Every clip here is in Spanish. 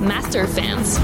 Master Fans.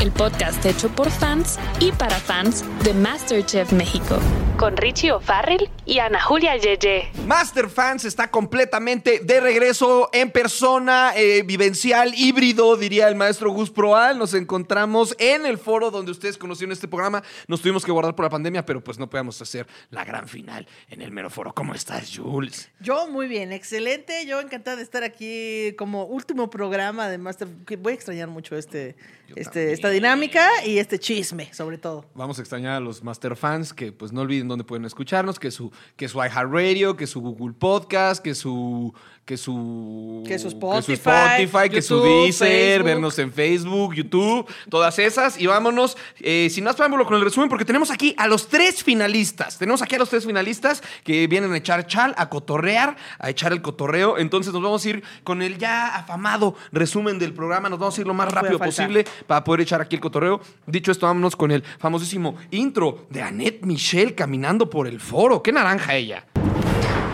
El podcast hecho por fans y para fans de MasterChef México. Con Richie O'Farrell y Ana Julia Yeye. Masterfans está completamente de regreso en persona, eh, vivencial, híbrido, diría el maestro Gus Proal. Nos encontramos en el foro donde ustedes conocieron este programa. Nos tuvimos que guardar por la pandemia, pero pues no podíamos hacer la gran final en el mero foro. ¿Cómo estás, Jules? Yo muy bien, excelente. Yo encantada de estar aquí como último programa de Master. que Voy a extrañar mucho este, este, esta dinámica y este chisme, sobre todo. Vamos a extrañar a los Masterfans que pues no olviden dónde pueden escucharnos, que su, que su iHeartRadio, que su Google Podcast, que su... Que su, Que su que su, Spotify, Spotify, que su YouTube, Deezer, Facebook. vernos en Facebook, YouTube, todas esas. Y vámonos, eh, sin más preámbulo, con el resumen, porque tenemos aquí a los tres finalistas. Tenemos aquí a los tres finalistas que vienen a echar chal, a cotorrear, a echar el cotorreo. Entonces nos vamos a ir con el ya afamado resumen del programa. Nos vamos a ir lo más puede rápido faltar. posible para poder echar aquí el cotorreo. Dicho esto, vámonos con el famosísimo intro de Annette Michel caminando por el foro. ¡Qué naranja ella!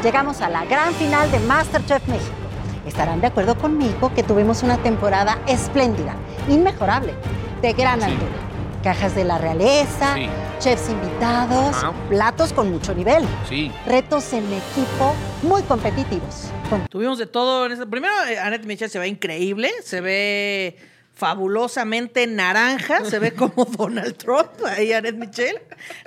Llegamos a la gran final de MasterChef México. Estarán de acuerdo conmigo que tuvimos una temporada espléndida, inmejorable, de gran Sí. altura. Cajas de la realeza, Sí. chefs invitados, Ajá. platos con mucho nivel, Sí. retos en equipo muy competitivos. Con- Tuvimos de todo. En esta- Primero, eh, Annette Michel se ve increíble, se ve fabulosamente naranja, se ve como Donald Trump, ahí Annette Michel.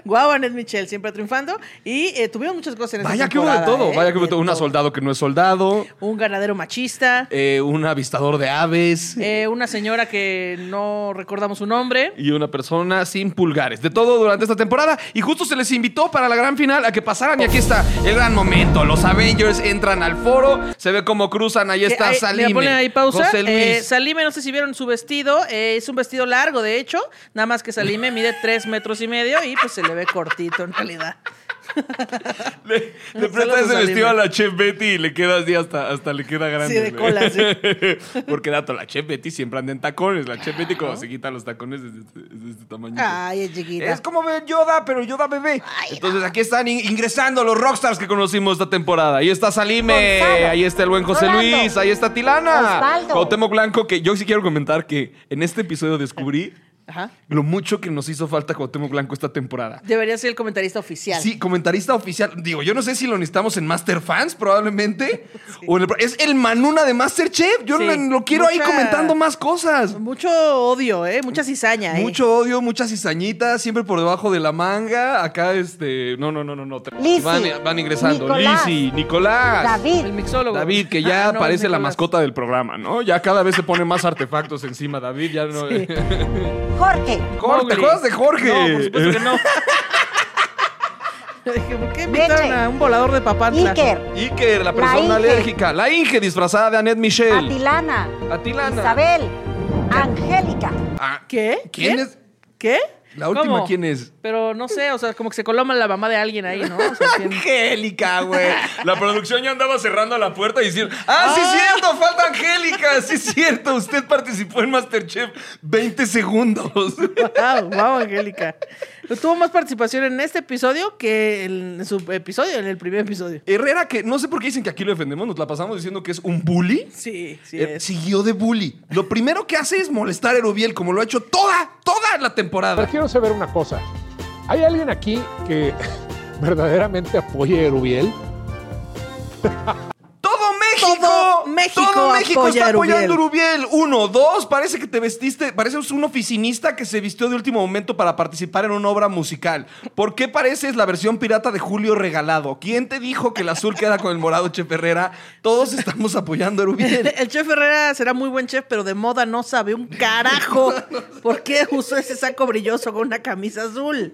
Guau, Annette Michel, siempre triunfando. Y eh, tuvimos muchas cosas en esta Vaya que hubo de temporada, todo, ¿eh? vaya que hubo de De todo. Una soldado que no es soldado. Un ganadero machista, eh, un avistador de aves eh, una señora que no recordamos su nombre. y una persona sin pulgares. De todo durante esta temporada. Y justo se les invitó para la gran final a que pasaran. Y aquí está el gran momento. Los Avengers entran al foro. Se ve cómo cruzan. Ahí está Ahí, Salime. mira, ponle ahí pausa. José Eh, Luis. Salime, no sé si vieron su vestido. eh, es un vestido largo, de hecho. Nada más que Salime mide tres metros y medio y pues se le ve cortito en realidad. le le Solo prestas ese Salime. vestido a la Chef Betty y le queda así hasta, hasta le queda grande. Sí, de güey. cola, sí. Porque dato, la Chef Betty siempre anda en tacones. La Chef Betty cuando se quita los tacones es de este, es de este tamaño. Ay, es chiquita. Es como ver Yoda, pero Yoda bebé. Entonces aquí están in- ingresando los rockstars que conocimos esta temporada. Ahí está Salime, Gonzalo. ahí está el buen José Rolando. Luis, ahí está Tilana. Osvaldo. Cuauhtémoc Blanco, que yo sí quiero comentar que en este episodio descubrí Ajá. lo mucho que nos hizo falta Cuauhtémoc Blanco esta temporada. Debería ser el comentarista oficial. Sí, comentarista oficial. Digo, yo no sé si lo necesitamos en Master Fans, probablemente. o en el pro- es el Manuna de Masterchef. Yo Sí. lo, lo quiero ahí Mucha- comentando más cosas. Mucho odio, ¿eh? Mucha cizaña, ¿eh? Mucho odio, muchas cizañitas, siempre por debajo de la manga. Acá, este. No, no, no, no, no. Lizzy. Van, van ingresando. Nicolás. Lizzy, Nicolás. David, Uh, El mixólogo. David, que ya Ah, no, parece la Nicolás. mascota del programa, ¿no? Ya cada vez se ponen más artefactos encima, David. Ya no. Jorge, Jorge, ¿te Mowgli. acuerdas de Jorge? No, por supuesto que no. Dije, ¿Por qué invitaron Leche. a un volador de papantla? Iker, Iker, la persona La Inge. alérgica. La Inge disfrazada de Annette Michelle. Atilana, Atilana. Isabel, Angélica. Ah, ¿Qué? ¿Quién ¿Qué? es? ¿Qué? La última, ¿Cómo? ¿quién es? Pero no sé, o sea, como que se coloma la mamá de alguien ahí, ¿no? O sea, ¿quién? Angélica, güey. La producción ya andaba cerrando la puerta y diciendo, ah, sí es cierto, falta Angélica, sí es cierto, usted participó en Masterchef 20 segundos. Wow, wow, Angélica. Tuvo más participación en este episodio que en su episodio, en el primer episodio. Herrera, que no sé por qué dicen que aquí lo defendemos, nos la pasamos diciendo que es un bully. Sí, sí. Eh, siguió de bully. Lo primero que hace es molestar a Erubiel, como lo ha hecho toda, toda la Pero temporada. quiero saber una cosa. ¿Hay alguien aquí que verdaderamente apoye a Erubiel? ¡Todo México! Todo México Todo México apoya está a Erubiel. apoyando a Erubiel. Uno, dos, parece que te vestiste, pareces un oficinista que se vistió de último momento para participar en una obra musical. ¿Por qué pareces la versión pirata de Julio Regalado? ¿Quién te dijo que el azul queda con el morado, Che Ferrera? Todos estamos apoyando a Erubiel. El chef Herrera será muy buen chef, pero de moda no sabe un carajo. ¿Por qué usó ese saco brilloso con una camisa azul?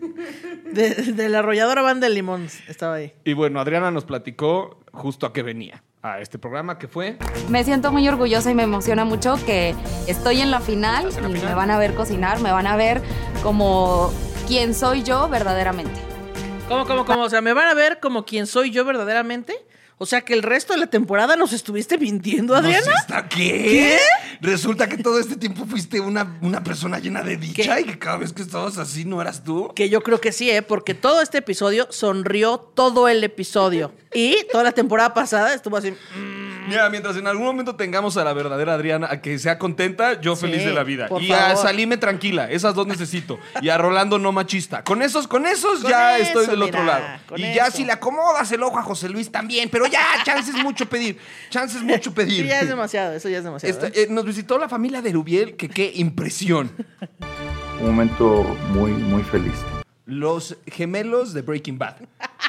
De, de la arrolladora Banda del Limón estaba ahí. Y bueno, Adriana nos platicó justo a qué venía. A este programa que fue. Me siento muy orgullosa y me emociona mucho que estoy en la final Estás en la y final. me van a ver cocinar, me van a ver como quien soy yo verdaderamente. ¿Cómo, cómo, cómo? O sea, ¿me van a ver como quien soy yo verdaderamente? O sea, que el resto de la temporada nos estuviste mintiendo, Adriana. No, sí está- ¿Qué? Resulta que todo este tiempo fuiste una, una persona llena de dicha ¿Qué? y que cada vez que estabas así no eras tú. Que yo creo que sí, ¿eh? porque todo este episodio sonrió todo el episodio. Y toda la temporada pasada estuvo así. mm, Mira, mientras en algún momento tengamos a la verdadera Adriana a que sea contenta, yo Sí, feliz de la vida. por Y a favor. Salime tranquila, esas dos necesito. Y a Rolando no machista. Con esos, con esos ya eso, estoy del mira, otro lado. con Y ya eso. si le acomodas el ojo a José Luis también, pero ya, chance es mucho pedir. Chance es mucho pedir. Sí, ya es demasiado, eso ya es demasiado. Esta- ¿eh? eh, nos visitó la familia de Rubiel, que qué impresión. Un momento muy, muy feliz. Los gemelos de Breaking Bad.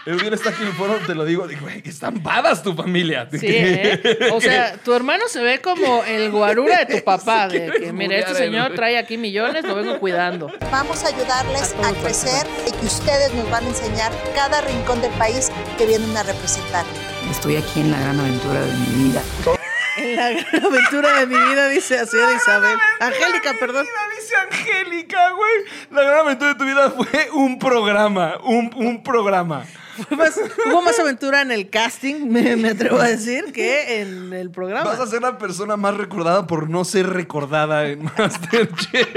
Rubiel está aquí en el foro, te lo digo. Digo, "Güey, están badas tu familia. Sí, ¿eh? O sea, tu hermano se ve como el guarura de tu papá. Si de quieres que, mira, este bullear, señor eh, trae aquí millones, lo vengo cuidando. Vamos a ayudarles a crecer y que ustedes nos van a enseñar cada rincón del país que vienen a representar. Estoy aquí en la gran aventura de mi vida. En la gran aventura de mi vida, dice así de Isabel. Angélica, perdón. La dice Angélica, güey. La gran aventura de tu vida fue un programa. Un, un programa. Fue más- hubo más aventura en el casting, me, me atrevo a decir, que en el programa. Vas a ser la persona más recordada por no ser recordada en Masterchef.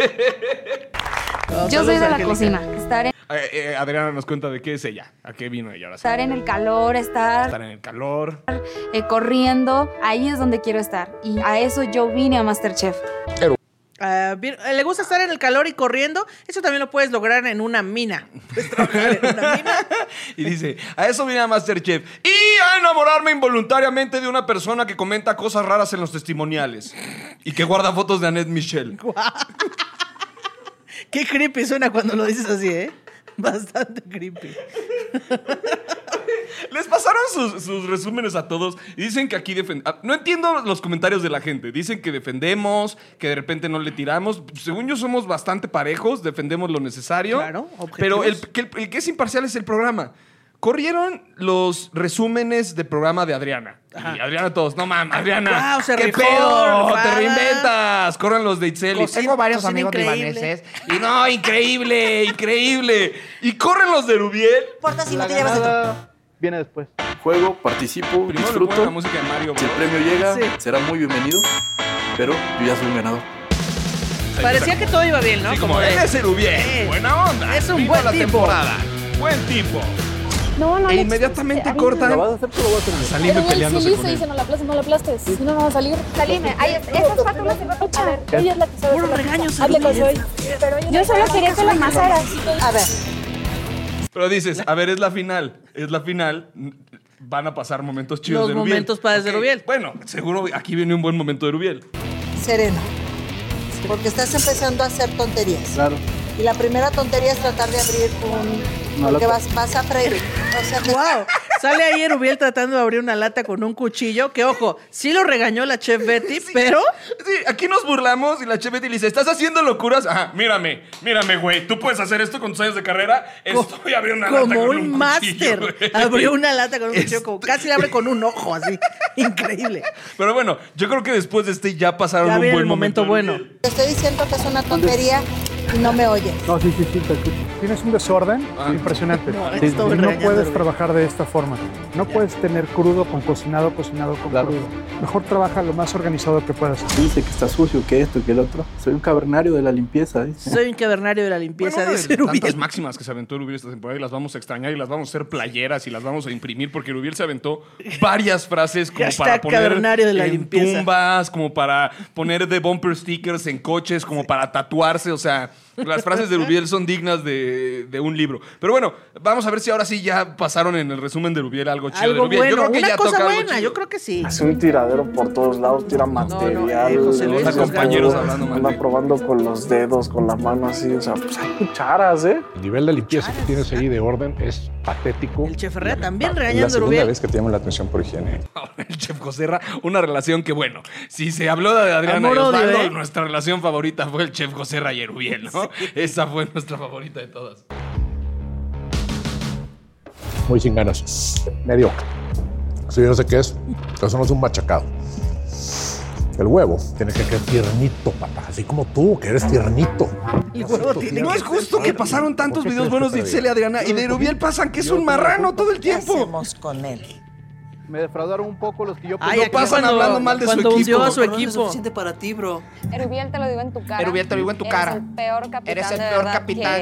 No, Yo soy saludos, de la Angélica. cocina. Estar en, Eh, eh, Adriana nos cuenta de qué es ella. ¿A qué vino ella ahora? sí. estar en el calor, estar Estar en el calor. eh, corriendo, ahí es donde quiero estar. Y a eso yo vine a Masterchef. Ah, bien, eh, le gusta estar en el calor y corriendo. Eso también lo puedes lograr en una mina. Puedes trabajar en una mina. Y dice, a eso viene a Masterchef. Y a enamorarme involuntariamente de una persona que comenta cosas raras en los testimoniales. Y que guarda fotos de Annette Michel. Qué creepy suena cuando lo dices así, ¿eh? Bastante creepy. Les pasaron sus, sus resúmenes a todos y dicen que aquí defendemos. No entiendo los comentarios de la gente. Dicen que defendemos, que de repente no le tiramos. Según yo, somos bastante parejos, defendemos lo necesario. Claro, objetivos. Pero el que, el- el que es imparcial es el programa. Corrieron los resúmenes de programa de Adriana. Y Adriana, todos, no mames, Adriana. Guau, Ah, se ¡Qué rifó, pedo! rifada. ¡Te reinventas! Corran los de Itzel. Y Cocina- Tengo varios cocina amigos increíble. libaneses. Y no, increíble, increíble. Y corren los de Rubiel. Importa si no te llevas el top. Ah, Viene después. Juego, participo, Primero le ponen disfruto. la música de Mario Si el Bros. premio llega, Sí. será muy bienvenido. Pero yo ya soy un ganador. Parecía que todo iba bien, ¿no? Sí, como de- él es el Ubié. Sí. Buena onda. Es un Viva buen la tipo. temporada. Buen tipo. No, no, E no, inmediatamente este, cortan. ¿Lo vas a hacer o lo vas a hacer? Salime peleándose con él. no la aplastes, no la aplastes. Si no, no va a salir. Salime, ahí es- esas espátula se va a poner. Ella es la que sabe. Puro hacer la regaño, pizza. Hazle Salime. caso hoy. Pero ella Yo no solo sabe quería hacer que la caso hoy. amasaras. A ver, Pero dices, a ver, es la final. Es la final. Van a pasar momentos chidos Los de Rubiel. momentos padres de Ok, Rubiel. Bueno, seguro aquí viene un buen momento de Rubiel. sereno. Porque estás empezando a hacer tonterías. Claro. Y la primera tontería es tratar de abrir un... No, porque loco. vas, vas a freír. O sea, que- ¡Wow! Sale ahí Rubiel tratando de abrir una lata con un cuchillo. Que ojo, sí lo regañó la chef Betty, pero. Sí, aquí nos burlamos y la chef Betty le dice, ¿estás haciendo locuras? Ajá, mírame, mírame, güey. Tú puedes hacer esto con tus años de carrera. Estoy abriendo una lata Como con un, cuchillo, máster. güey". Abrió una lata con un cuchillo. Este- como- casi la abre con un ojo así. Increíble. Pero bueno, yo creo que después de este ya pasaron Ya un viene buen el momento momento. de bueno. Rubiel. te estoy diciendo que es una tontería y no me oyes. No, sí, sí, sí, te escucho. Tienes un desorden impresionante. Ah. No, Sí, estoy sí, no regañando, puedes güey. trabajar de esta forma. No puedes tener crudo con cocinado, cocinado con Claro. crudo. Mejor trabaja lo más organizado que puedas. Dice que está sucio, que esto, que el otro. Soy un cavernario de la limpieza, dice. Soy un cavernario de la Bueno, limpieza, una de dice tantas Rubiel. máximas que se aventó Rubiel esta temporada y las vamos a extrañar y las vamos a hacer playeras y las vamos a imprimir porque Rubiel se aventó varias frases como para Hashtag poner cavernario de la en limpieza. tumbas, como para poner de bumper stickers en coches, como para tatuarse, o sea, las frases de Rubiel son dignas de, de un libro. Pero bueno, vamos a ver si ahora sí ya pasaron en el resumen de Rubiel algo chido de Algo Rubiel. bueno, una cosa toca algo buena, chido. yo creo que sí. Hace un tiradero por todos lados, tira material, eh, José Luis. Está compañeros hablando mal de- probando con los dedos, con la mano así, o sea, pues, hay cucharas, ¿eh? El nivel de limpieza que tienes ahí de orden es patético. El chef Herrera también regañando a Rubiel. que te llamo la atención por higiene. El chef Joserra, una relación que, bueno, si se habló de Adriana Amor, y odio, Osvaldo, ¿eh? nuestra relación favorita fue el chef Joserra y Erubiel, ¿no? Esa fue nuestra favorita de todas. Muy sin ganas. Medio. Si yo no sé qué es, eso no es un machacado. El huevo tiene que ser tiernito, papá. Así como tú, que eres tiernito. El huevo tiene No que es justo que pasaron ¿Por tantos qué videos crees buenos que de está Itzel y bien? Adriana y de Erubiel pasan que es un marrano todo el ¿Qué tiempo. hacemos con él? Me defraudaron un poco los que yo Ay, No aquí pasan cuando- hablando mal de su cuando hundió equipo. a su Pero no es equipo. suficiente para ti, bro. Erubiel, te lo digo en tu cara. Erubiel, te lo digo en tu cara. Eres el peor capitán, Eres el de peor verdad capitán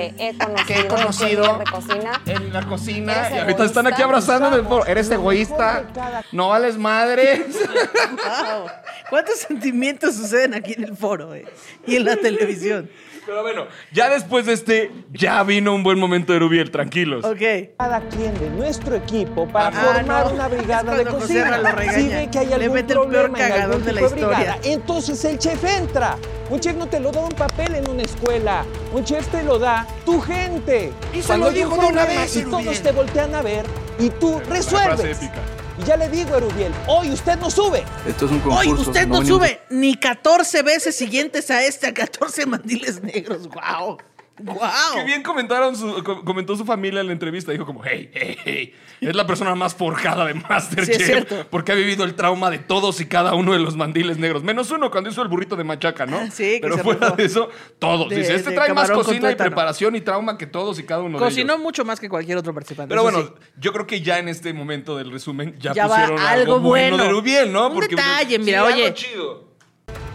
que he conocido. que en el he conocido de cocina. En la cocina. Eres Y ahorita están aquí abrazándome. por- Eres egoísta. No vales madre. Wow. ¿Cuántos sentimientos suceden aquí en el foro eh? y en la televisión? Pero bueno, ya después de este, ya vino un buen momento de Rubiel, tranquilos. Ok. pues, Cada quien de nuestro equipo para Ah, formar no. una brigada Es de cuando José cocina. Ra lo regaña. Si ve que hay Le algún mete el peor problema en cagadón algún de la tipo de brigada, historia. entonces el chef entra. Un chef no te lo da un papel en una escuela. Un chef te lo da tu gente. Y se Cuando lo hay un dijo de una problema vez, Y Erubiel. todos te voltean a ver y tú resuelves. frase épica. Y ya le digo, Erubiel, hoy usted no sube. Esto es un concurso. Hoy usted no, venimos- sube ni 14 veces siguientes a este a 14 mandiles negros. ¡Wow! ¡Wow! Que bien comentaron su, com- comentó su familia en la entrevista. Dijo como, hey, hey, hey, es la persona más forjada de Sí, es Masterchef. cierto. porque ha vivido el trauma de todos y cada uno de los mandiles negros. Menos uno cuando hizo el burrito de machaca, ¿no? Ah, Sí, que Pero se fuera rifó. de eso, todos. De- Dice, este de trae más camarón con cocina y tuétano. preparación y trauma que todos y cada uno de ellos. Cocinó mucho más que cualquier otro participante. Pero eso bueno, sí. yo creo que ya en este momento del resumen ya, Ya va pusieron algo, algo bueno de bueno. Rubiel, ¿no? Un Porque, detalle, mira, algo oye. chido.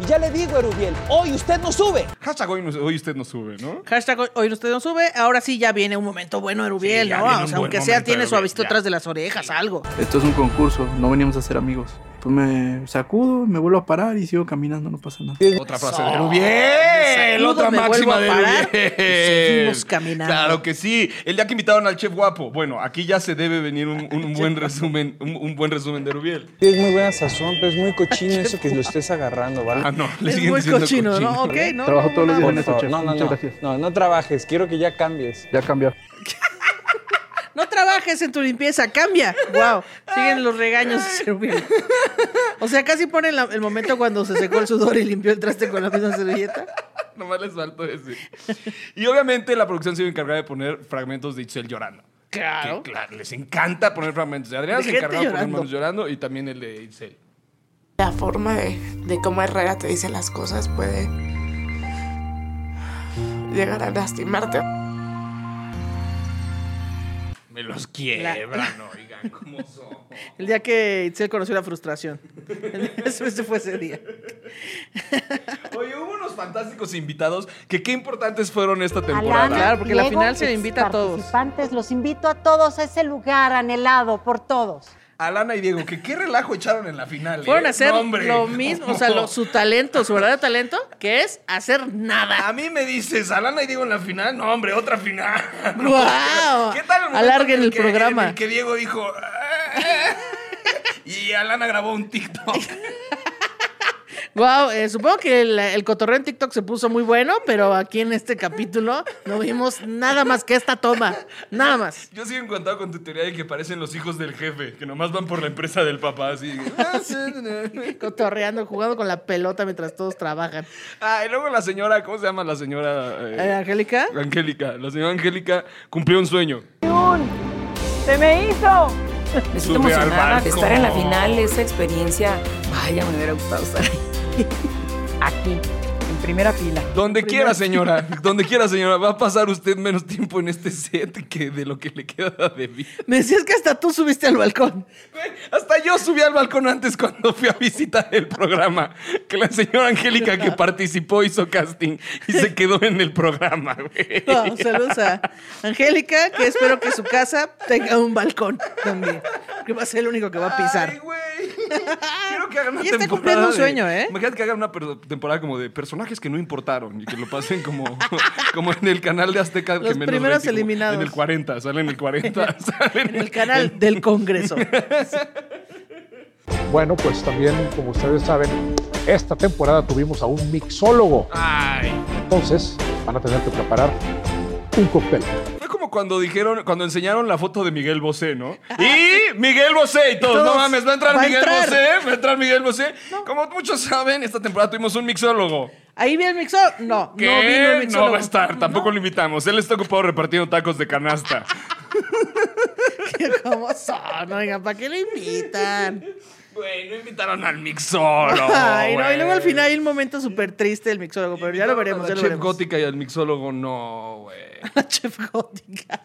Y ya le digo, Erubiel, hoy usted no sube. Hashtag hoy, no- hoy usted no sube, ¿no? Hashtag hoy- hoy usted no sube. Ahora sí ya viene un momento bueno, Erubiel, Sí, ya ¿no? viene O un sea, buen aunque sea, momento, tiene Erubiel, su avisto ya. tras de las orejas, algo. Esto es un concurso, no venimos a ser amigos. Pues me sacudo, me vuelvo a parar y sigo caminando, no pasa nada. Otra frase de Rubiel. sacudo, Otra me máxima de vuelvo a parar Rubiel. seguimos caminando. Claro que sí. El día que invitaron al chef guapo. Bueno, aquí ya se debe venir un, un buen resumen, un, un buen resumen de Rubiel. Es muy buena sazón, pero es muy cochino eso que lo estés agarrando, ¿vale? Ah, no, le Es siguen muy diciendo cochino, cochino. ¿no? Ok, no, Trabajo no, todos los no, días Por en eso, favor, chef. No, no, Muchas no. gracias. No, no trabajes. Quiero que ya cambies. Ya cambió. No trabajes en tu limpieza, cambia. Wow. Siguen los regaños de Erubiel. O sea, casi ponen la- el momento cuando se secó el sudor y limpió el traste con la misma servilleta. Nomás les faltó decir. Y obviamente la producción se iba a encargar de poner fragmentos de Itzel llorando. Claro. Que, claro, les encanta poner fragmentos. de Adriana De se gente encargaba de poner llorando. manos llorando y también el de Itzel. La forma de, de cómo Herrera te dice las cosas puede llegar a lastimarte. Me los quiebran, oigan, cómo son. El día que Itzel conoció la frustración. Eso ese fue ese día. Oye, hubo unos fantásticos invitados que qué importantes fueron esta temporada. Diego, Participantes, los invito a todos a ese lugar anhelado por todos. Alana y Diego, que qué relajo echaron en la final. ¿eh? Fueron a hacer No, hombre. lo mismo, o sea, lo- su talento, su verdadero talento, que es hacer nada. A mí me dices, Alana y Diego en la final. No, hombre, otra final. ¡Guau! ¿Qué tal? momento Alarguen en el que- programa. en el que Diego dijo. "Ah", y Alana grabó un TikTok. Wow, eh, supongo que el, el cotorreo en TikTok se puso muy bueno, pero aquí en este capítulo no vimos nada más que esta toma. Nada más. Yo sigo encontrado con tu teoría de que parecen los hijos del jefe, que nomás van por la empresa del papá, así. Ah, Cotorreando, jugando con la pelota mientras todos trabajan. Ah, y luego la señora, ¿cómo se llama la señora? eh? Eh, Angélica. Angélica. La señora Angélica cumplió un sueño. ¡Se me hizo! Sube Me al siento emocionada de barco. estar en la final, esa experiencia. Vaya, me hubiera gustado estar ahí. Aquí, en primera fila. Donde Primera quiera, fila. señora. Donde quiera, señora. Va a pasar usted menos tiempo en este set que de lo que le queda de vida. Me decías que hasta tú subiste al balcón. Hasta yo subí al balcón antes cuando fui a visitar el programa. Que la señora Angélica que participó hizo casting y se quedó en el programa, güey. Ah. No, saludos a Angélica, que espero que su casa tenga un balcón también. Que va a ser el único que va a pisar. Quiero que hagan una Y está temporada cumpliendo un de- sueño, ¿eh? Imagínate que hagan una per- temporada como de personajes que no importaron y que lo pasen como, como en el canal de Azteca. que Los menos primeros rating, como eliminados. En el 40, sale en el 40. En el canal del Congreso. Bueno, pues también, como ustedes saben, esta temporada tuvimos a un mixólogo. Entonces, van a tener que preparar un cóctel. Fue como cuando dijeron, cuando enseñaron la foto de Miguel Bosé, ¿no? Y Miguel Bosé y todos, Todos, no mames, va a entrar va a Miguel entrar. Bosé, va a entrar Miguel Bosé. Como muchos saben, esta temporada tuvimos un mixólogo. Ahí vi el mixólogo. No, Que no vino el no, mixólogo. va a estar, tampoco lo invitamos. Él está ocupado repartiendo tacos de canasta. ¿Cómo son? Oigan, ¿para qué lo invitan? Güey, no invitaron al mixólogo. Ay, no, y güey. luego al final hay un momento súper triste del mixólogo, pero ya lo veremos, A ya la lo chef veremos. gótica y al mixólogo, no, güey.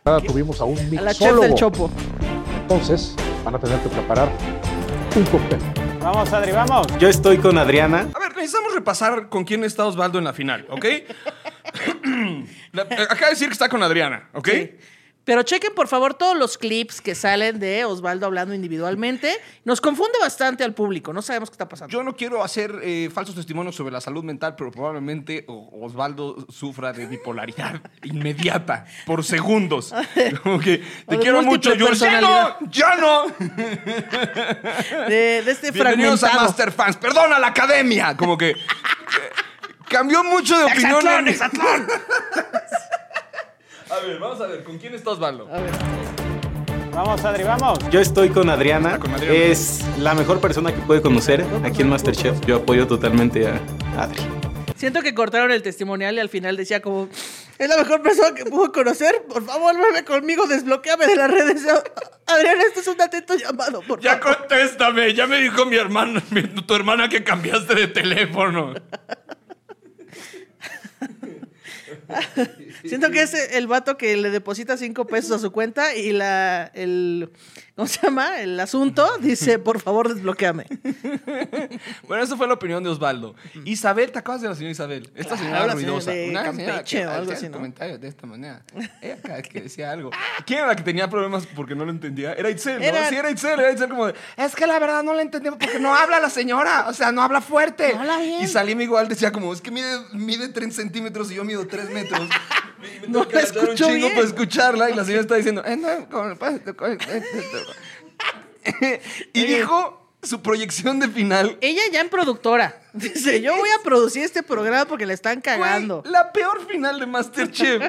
Ahora tuvimos a un A la chef mixólogo. del Chopo. Entonces, van a tener que preparar un cóctel. Vamos, Adri, vamos. Yo estoy con Adriana. A ver, necesitamos repasar con quién está Osvaldo en la final, ¿ok? La- eh, Acaba de decir que está con Adriana, ¿ok? Pero chequen por favor todos los clips que salen de Osvaldo hablando individualmente. Nos confunde bastante al público, no sabemos qué está pasando. Yo no quiero hacer eh, falsos testimonios sobre la salud mental, pero probablemente o- Osvaldo sufra de bipolaridad inmediata, por segundos. Como que, te de quiero mucho, múltiple yo ya personalidad. no, ya no. De, de este Bienvenidos a fragmentado. Master Fans, perdona la academia. Como que eh, cambió mucho de opinión. Exatlón, en- A ver, vamos a ver, ¿con quién está Osvaldo? A ver. Vamos, Adri, vamos. Yo estoy con Adriana. Es la mejor persona que puede conocer aquí en Masterchef. Yo apoyo totalmente a Adri. Siento que cortaron el testimonial y al final decía como, es la mejor persona que pudo conocer, por favor, vuelve conmigo, desbloqueame de las redes. Adriana, esto es un atento llamado, por Ya contéstame, ya me dijo mi hermana, mi- tu hermana que cambiaste de teléfono. Siento que es el vato que le deposita cinco pesos a su cuenta y la, el, ¿cómo se llama? El asunto dice, por favor, desbloqueame. Bueno, esa fue la opinión de Osvaldo. Isabel, te acabas de la señora Isabel. Esta señora Habla, señora, ruidosa. de Campeche o algo así, ¿no? comentarios de esta manera. Ella cada vez que decía algo. ¿Quién era la que tenía problemas porque no lo entendía? Era Itzel, ¿no? Era- Sí, era Itzel. Era Itzel como de... Es que la verdad no la entendemos porque no habla la señora. O sea, no habla fuerte. habla Y Salim igual decía como, es que mide, mide 3 centímetros y yo mido 3 metros. Y me tengo que agachar un escucho chingo bien. para escucharla y la señora está diciendo... "Eh, no, como- y dijo su proyección de final Ella ya en productora. Dice, yo voy a producir este programa porque le están cagando. la peor final de Masterchef.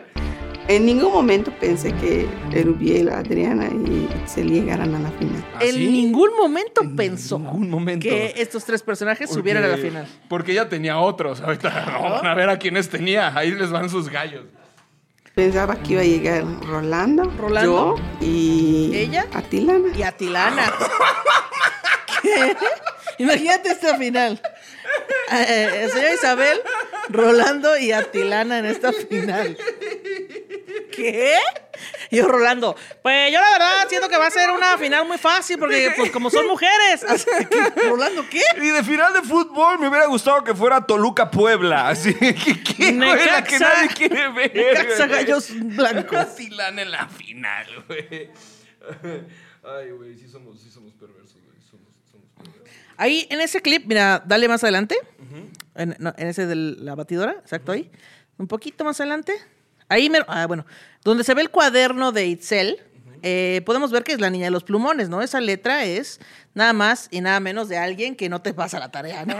En ningún momento pensé que Erubiel, Adriana y Itzel llegaran a la final. ¿Ah, en ningún momento pensó que momento. estos tres personajes Porque- subieran a la final. Porque ella tenía otros. Ahorita no, van a ver a quiénes tenía. Ahí les van sus gallos. Pensaba que iba a llegar Rolando, yo Rolando. y Ella. Atilana. Y Atilana. ¿Qué? Imagínate esta final. Eh, el señor Isabel, Rolando y Atilana en esta final. ¿Qué? Yo, Rolando, pues yo la verdad siento que va a ser una final muy fácil porque pues como son mujeres. Así que, Rolando, ¿qué? Y de final de fútbol me hubiera gustado que fuera Toluca Puebla. Así que ¿qué, güey? la que Necaxa- nadie quiere ver. Necaxa güey. Gallos Blancos. Atilana en la final, güey. Ay, güey, sí somos, sí somos perversos, güey. Somos, somos perversos. Ahí en ese clip, mira, dale más adelante. en, no, en ese de la batidora, exacto ahí. Un poquito más adelante. Ahí, mero- ah, bueno, donde se ve el cuaderno de Itzel, eh, podemos ver que es la niña de los plumones, ¿no? Esa letra es nada más y nada menos de alguien que no te pasa la tarea, ¿no?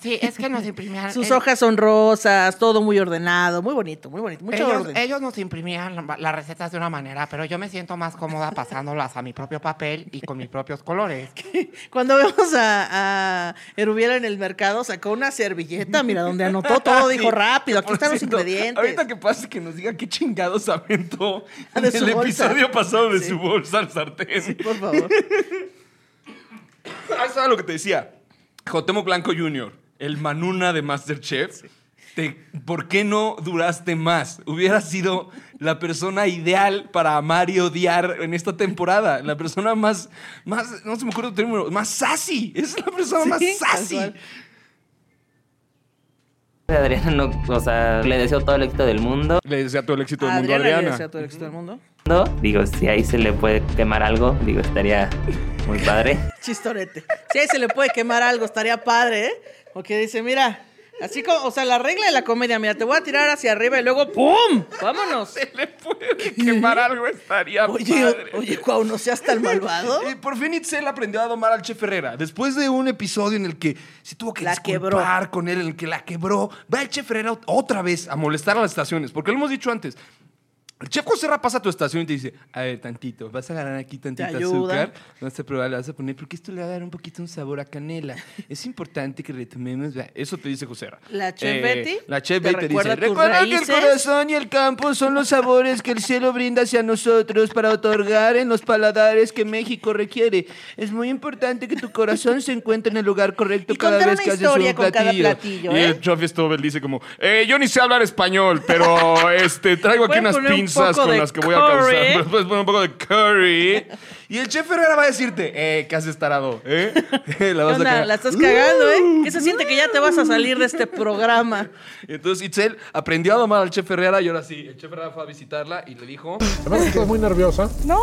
Sí, es que nos imprimían. Sus el- hojas son rosas, todo muy ordenado, muy bonito, muy bonito, mucho ellos, eh, orden. ellos nos imprimían la- las recetas de una manera, pero yo me siento más cómoda pasándolas a mi propio papel y con mis propios colores. Cuando vemos a, a Erubiel en el mercado, sacó una servilleta, mira, donde anotó todo, dijo Sí. rápido, aquí Por están los cierto, ingredientes. Ahorita que pase que nos diga qué chingados aventó De en el su bolsa. episodio pasado de Sí. su bolsa al sartén. por favor. Ahí estaba Ah, lo que te decía. Jotemo Blanco Jr., el manuna de Masterchef. Te- ¿Por qué no duraste más? Hubieras sido la persona ideal para amar y odiar en esta temporada. La persona más, más no se me acuerdo el término, más sassy. Es la persona Sí, más tal sassy. cual. Adriana no, o sea, le deseo todo el éxito del mundo. Le desea todo el éxito Adriana, le desea todo el éxito del mundo. Digo, si ahí se le puede quemar algo, digo, estaría muy padre. Chistorete. Si ahí se le puede quemar algo, estaría padre, ¿eh? Porque dice, mira, así como, o sea, la regla de la comedia, mira, te voy a tirar hacia arriba y luego ¡pum! ¡Vámonos! Se le puede quemar algo, estaría padre. Oye, Cuau, no seas tan malvado. Y Eh, por fin Itzel aprendió a domar al Che Ferrera. Después de un episodio en el que se tuvo que La disculpar con él, en el que la quebró, va el Che Ferrera ot- otra vez a molestar a las estaciones. Porque lo hemos dicho antes. El chef Joserra pasa a tu estación y te dice, a ver, tantito, vas a agarrar aquí tantita ayuda. azúcar, vas a probar, le vas a poner, porque esto le va a dar un poquito un sabor a canela. Es importante que retomemos, va". eso te dice Joserra. La chef Betty La chef te Betty recuerda dice, tus recuerda que el raíces". corazón y el campo son los sabores que el cielo brinda hacia nosotros para otorgar en los paladares que México requiere. Es muy importante que tu corazón se encuentre en el lugar correcto cada contar vez una que haces historia un con cada platillo. platillo, Y ¿eh? el chef Stobel dice como, "Eh, yo ni sé hablar español, pero este traigo aquí Pueden unas poner un risas poco con de las que voy a causar. curry. ¿eh? Me les puedes poner un poco de curry. Y el chef Herrera va a decirte, eh, ¿qué haces tarado? ¿Eh? la ¿Qué vas a onda? cagar. Uh. La estás cagando, ¿eh? ¿Qué se siente que ya te vas a salir de este programa? Entonces Itzel aprendió a domar al chef Herrera y ahora sí, el chef Herrera fue a visitarla y le dijo... Además, que estás muy nerviosa. No.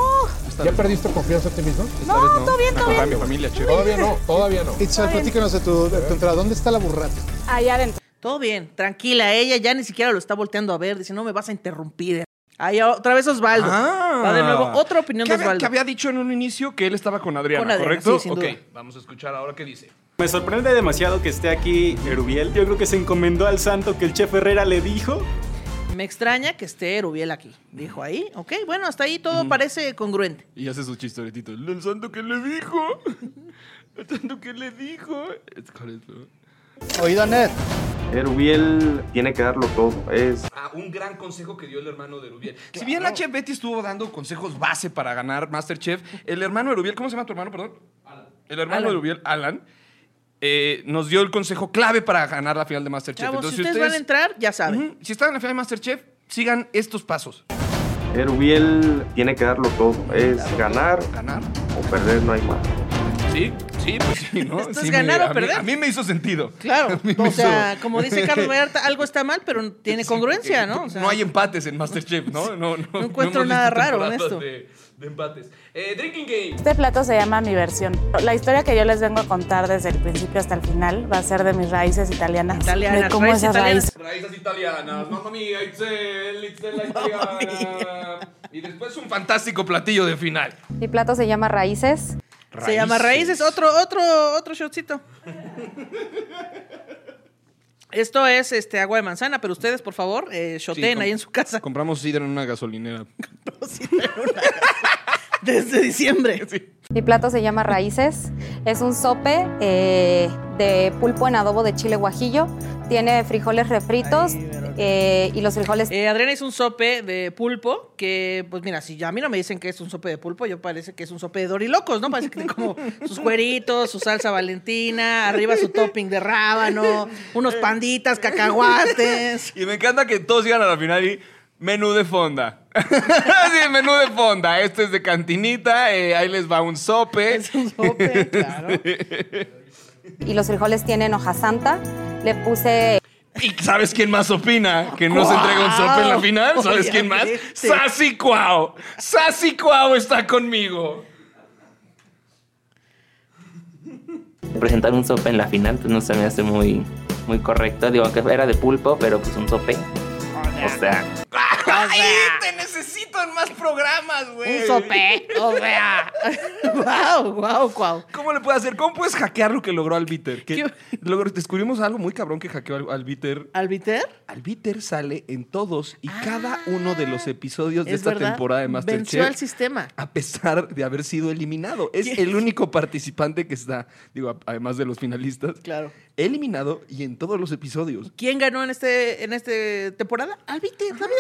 ¿Ya perdiste confianza en ti misma? No, vez no. todo bien, todo Acordaba bien. mi familia, che. Todavía no, todavía no. Itzel, platícanos de tu, entrada. ¿Dónde está la burrata? Allá adentro. Todo bien, tranquila. Ella ya ni siquiera lo está volteando a ver. Dice, no me vas a interrumpir. ¿eh?". Ahí otra vez Osvaldo. Va de nuevo otra opinión Ah. que de había, Osvaldo. que había dicho en un inicio que él estaba con Adriana, Con Adriana, ¿correcto? sí, sin ok, duda. vamos a escuchar ahora qué dice. Me sorprende demasiado que esté aquí Erubiel. Yo creo que se encomendó al santo que el chef Herrera le dijo. Me extraña que esté Rubiel aquí. Dijo ahí. Ok, bueno, hasta ahí todo parece congruente. Y hace su chistoretito. El santo que le dijo. El santo que le dijo. Es correcto. Oído, Ned. Erubiel tiene que darlo todo. Es Ah, un gran consejo que dio el hermano de Rubiel. Si bien la chef Betty estuvo dando consejos base para ganar Masterchef, el hermano de Rubiel, ¿cómo se llama tu hermano, perdón? El hermano Alan. de Rubiel, Alan, eh, nos dio el consejo clave para ganar la final de Masterchef. Chavos, pues, Entonces, si ustedes, van a entrar, ya saben. si están en la final de Masterchef, sigan estos pasos. Erubiel tiene que darlo todo. Es ganar, ganar o perder, no hay más. Sí, sí, pues sí, ¿no? Esto Sí es me- ganar o a mí- perder. A mí me hizo sentido. Claro. A mí me O sea, hizo- como dice Carlos Vallarta, algo está mal, pero tiene congruencia, ¿no? O sea, no hay empates en Masterchef, ¿no? No, no, no encuentro hemos nada visto raro en temporadas esto. De, de empates. Eh, drinking Game. Este plato se llama Mi Versión. La historia que yo les vengo a contar desde el principio hasta el final va a ser de mis raíces italianas. Italianas, de cómo raíces esas italianas. Raízas italianas, mamma mía, Itzel, Itzel la italiana. Y después un fantástico platillo de final. Mi plato se llama Raíces. Se llama Raíces. Otro, otro, otro shotcito. Esto es este agua de manzana, pero ustedes, por favor, eh, shoteen ahí en su casa. Compramos sidra en una gasolinera. Desde diciembre. Mi plato se llama Raíces. Es un sope eh, de pulpo en adobo de chile guajillo. Tiene frijoles refritos eh, y los frijoles. Eh, Adriana hizo un sope de pulpo que, pues mira, si ya a mí no me dicen que es un sope de pulpo, yo parece que es un sope de dorilocos, ¿no? Parece que tiene como sus cueritos, su salsa valentina, arriba su topping de rábano, unos panditas, cacahuates. Y me encanta que todos llegan a la final y menú de fonda. sí, menú de fonda. Este es de cantinita, eh, ahí les va un sope. Es un sope, claro. Y los frijoles tienen hoja santa. Le puse ¿Y sabes quién más opina que no se entrega un sope en la final? ¿Sabes quién más? Obviamente. Sasi Cuau. Sasi Cuau está conmigo. Presentar un sope en la final pues no se me hace muy, muy correcto. Digo que era de pulpo, pero pues un sope. O sea, ¡Ay, te necesito en más programas, güey! Un sope, o sea. ¡Wow, wow, wow! ¿Cómo le puede hacer? ¿Cómo puedes hackear lo que logró Albiter? Que logró- descubrimos algo muy cabrón que hackeó Al- Albiter. ¿Albiter? Albiter sale en todos y cada uno de los episodios de Ah, Es esta verdad, temporada de Venció al Masterchef. sistema. A pesar de haber sido eliminado. Es el único participante que está, digo, a- además de los finalistas, Claro. eliminado y en todos los episodios. ¿Quién ganó en este en esta temporada? Albiter, David Albiter.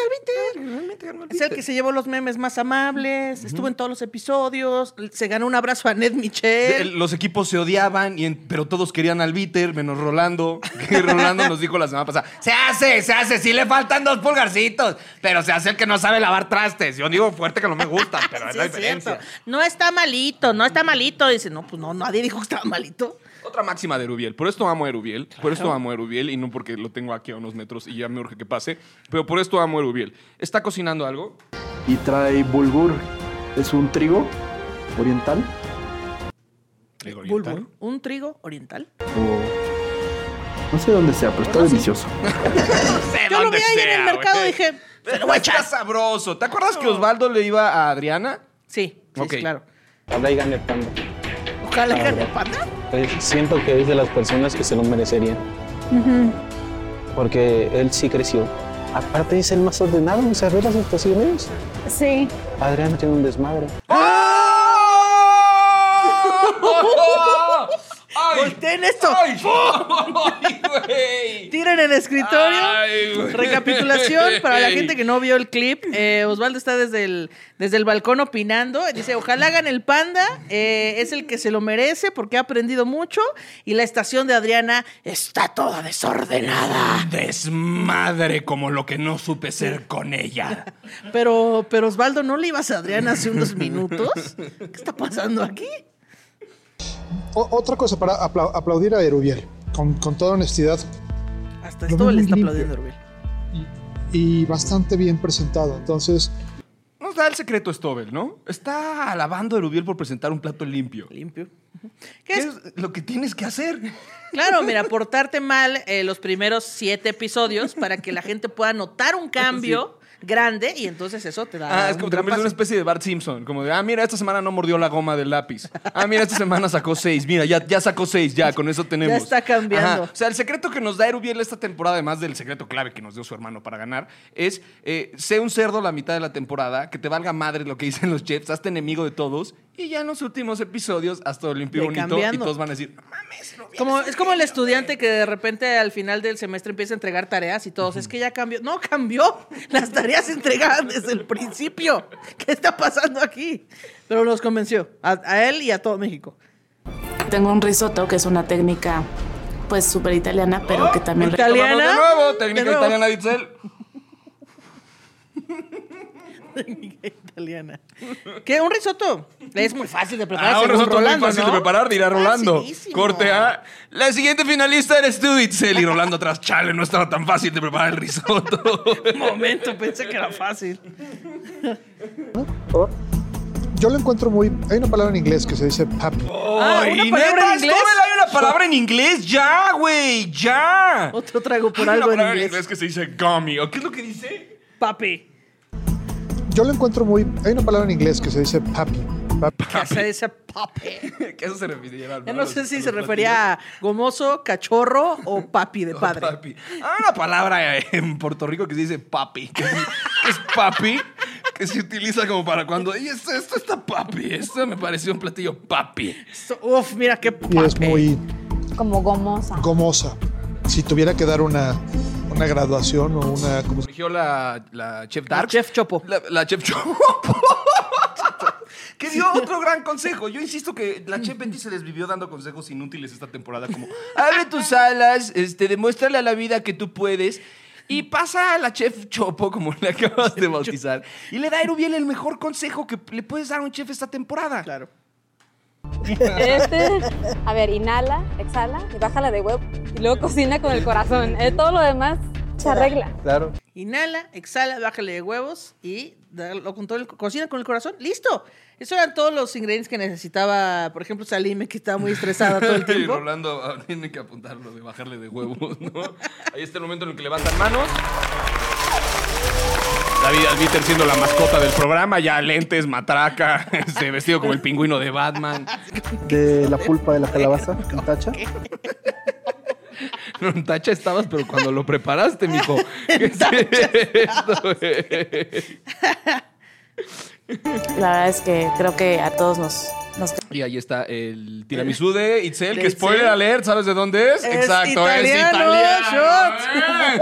Es el que se llevó los memes más amables, estuvo en todos los episodios, se ganó un abrazo a Ned Michel. El- Los equipos se odiaban, y en- pero todos querían al Bitter, menos Rolando. Que Rolando nos dijo la semana pasada: Se hace, se hace, sí le faltan dos pulgarcitos, pero se hace el que no sabe lavar trastes. Yo digo fuerte que no me gusta, pero es Sí, la es diferencia. cierto. No está malito, no está malito. Dice, no, pues no, nadie dijo que estaba malito. Otra máxima de Erubiel. Por esto amo a Erubiel. Por esto amo a Erubiel. Y no porque lo tengo aquí a unos metros y ya me urge que pase. Pero por esto amo a Erubiel. ¿Está cocinando algo? Y trae bulgur. Es un trigo oriental. Bulbul, un trigo oriental. o- No sé dónde sea, pero está delicioso. Yo lo dónde vi ahí en el sea, mercado y güey. dije, Pero güey, está sabroso. ¿Te acuerdas que Osvaldo le iba a Adriana? Sí, sí, Ok. claro. Ojalá y gane Panda. Ojalá Ah, gane bueno. panda. Eh, Siento que es de las personas que se lo merecerían. Porque él sí creció. Aparte es el más ordenado, o sea, ve las actuaciones. Sí. Adriana tiene un desmadre. ¡Oh! Volteen esto. Tiren el escritorio. Ay, güey. Recapitulación para la gente que no vio el clip. eh, Osvaldo está desde el, desde el balcón opinando. Dice, ojalá hagan el panda. eh, es el que se lo merece porque ha aprendido mucho. Y la estación de Adriana está toda desordenada. Desmadre como lo que no supe ser con ella. Pero, pero Osvaldo, ¿no le ibas a Adriana hace unos minutos? ¿Qué está pasando aquí? O- otra cosa para apla- aplaudir a Erubiel, con, con toda honestidad. Hasta Lo esto veo le muy está limpio. aplaudiendo Rubén. Y bastante bien presentado. Entonces, Nos da el secreto Stobel, ¿no? Está alabando a Erubiel por presentar un plato limpio. Limpio. ¿Qué, es? lo que tienes que hacer? Claro, mira, portarte mal eh, los primeros siete episodios para que la gente pueda notar un cambio grande y entonces eso te da. Ah, es como un te conviertes gran en una pase. especie de Bart Simpson. Como de, ah, mira, esta semana no mordió la goma del lápiz. Ah, mira, esta semana sacó seis. Mira, ya, ya sacó seis, ya, con eso tenemos. Ya está cambiando. O sea, el secreto que nos da Erubiel esta temporada, además del secreto clave que nos dio su hermano para ganar, es eh, sé un cerdo la mitad de la temporada, que te valga madre lo que dicen los chefs, hazte enemigo de todos, y ya en los últimos episodios haz todo limpio y Ve bonito, y cambiando. todos van a decir, "Ah, Como, es como el estudiante que de repente al final del semestre empieza a entregar tareas y todos. Es que ya cambió. No, cambió. Las tareas se entregaban desde el principio. ¿Qué está pasando aquí? Pero nos convenció. A, a él y a todo México. Tengo un risotto que es una técnica pues súper italiana, pero que también... Tomamos De nuevo, técnica De nuevo. italiana de Itzel. italiana. ¿Qué? ¿Un risotto? Es muy fácil de preparar. Ah, un según risotto muy Rolando, fácil ¿no? Ah, de preparar, dirá Rolando. Facilísimo. Corte A. La siguiente finalista eres tú, Itzel. Y Rolando atrás, chale, no estaba tan fácil de preparar el risotto. Momento, pensé que era fácil. yo lo encuentro muy. Hay una palabra en inglés que se dice papi. Ah, ¿una ¿y palabra neta, en inglés? Stobel, hay una palabra en inglés? ¡Ya, güey! ¡Ya! Otro trago por Hay algo una en palabra inglés. que se dice gummy. ¿O qué es lo que dice? Papi. Yo lo encuentro muy. Hay una palabra en inglés que se dice papi. Papi. Se dice papi. Que eso se refería Ya no sé si se refería a gomoso, cachorro o papi de padre. Oh, papi. Hay una palabra eh, en Puerto Rico que se dice papi. Que es, que es papi. Que se utiliza como para cuando. "Ey, esto, esto está papi. Esto me pareció un platillo papi. So- Uf, mira qué Y es muy Como gomosa. gomosa. Si tuviera que dar una, una graduación o una. como- Eligió la, la Chef Dark. Chef Chopo. La, la Chef Chopo. que dio otro gran consejo. Yo insisto que la Chef Betty se desvivió dando consejos inútiles esta temporada. Como, abre tus alas, este, demuéstrale a la vida que tú puedes. Y pasa a la Chef Chopo, como le acabas de bautizar, y le da a Erubiel el mejor consejo que le puedes dar a un chef esta temporada. Claro. Este, a ver, inhala, exhala y bájala de huevo. Y luego cocina con el corazón. Eh, todo lo demás se arregla. Claro. Inhala, exhala, bájale de huevos y da- lo con todo el- cocina con el corazón. ¡Listo! Esos eran todos los ingredientes que necesitaba, por ejemplo, Salime, que estaba muy estresada todo el Y tiempo. Rolando ah, tiene que apuntarlo de bajarle de huevos, ¿no? Ahí está el momento en el que levantan manos. David Albiter siendo la mascota del programa, ya lentes, matraca, este, vestido como el pingüino de Batman. De la pulpa de la calabaza, en tacha. No, en tacha estabas, pero cuando lo preparaste, mijo. ¿Qué es esto, güey? La verdad es que creo que a todos nos... nos... Eh, y ahí está el tiramisú de Itzel, De que spoiler Itzel. alert, ¿sabes de dónde es? Es Exacto, es italiano, italiano. shots.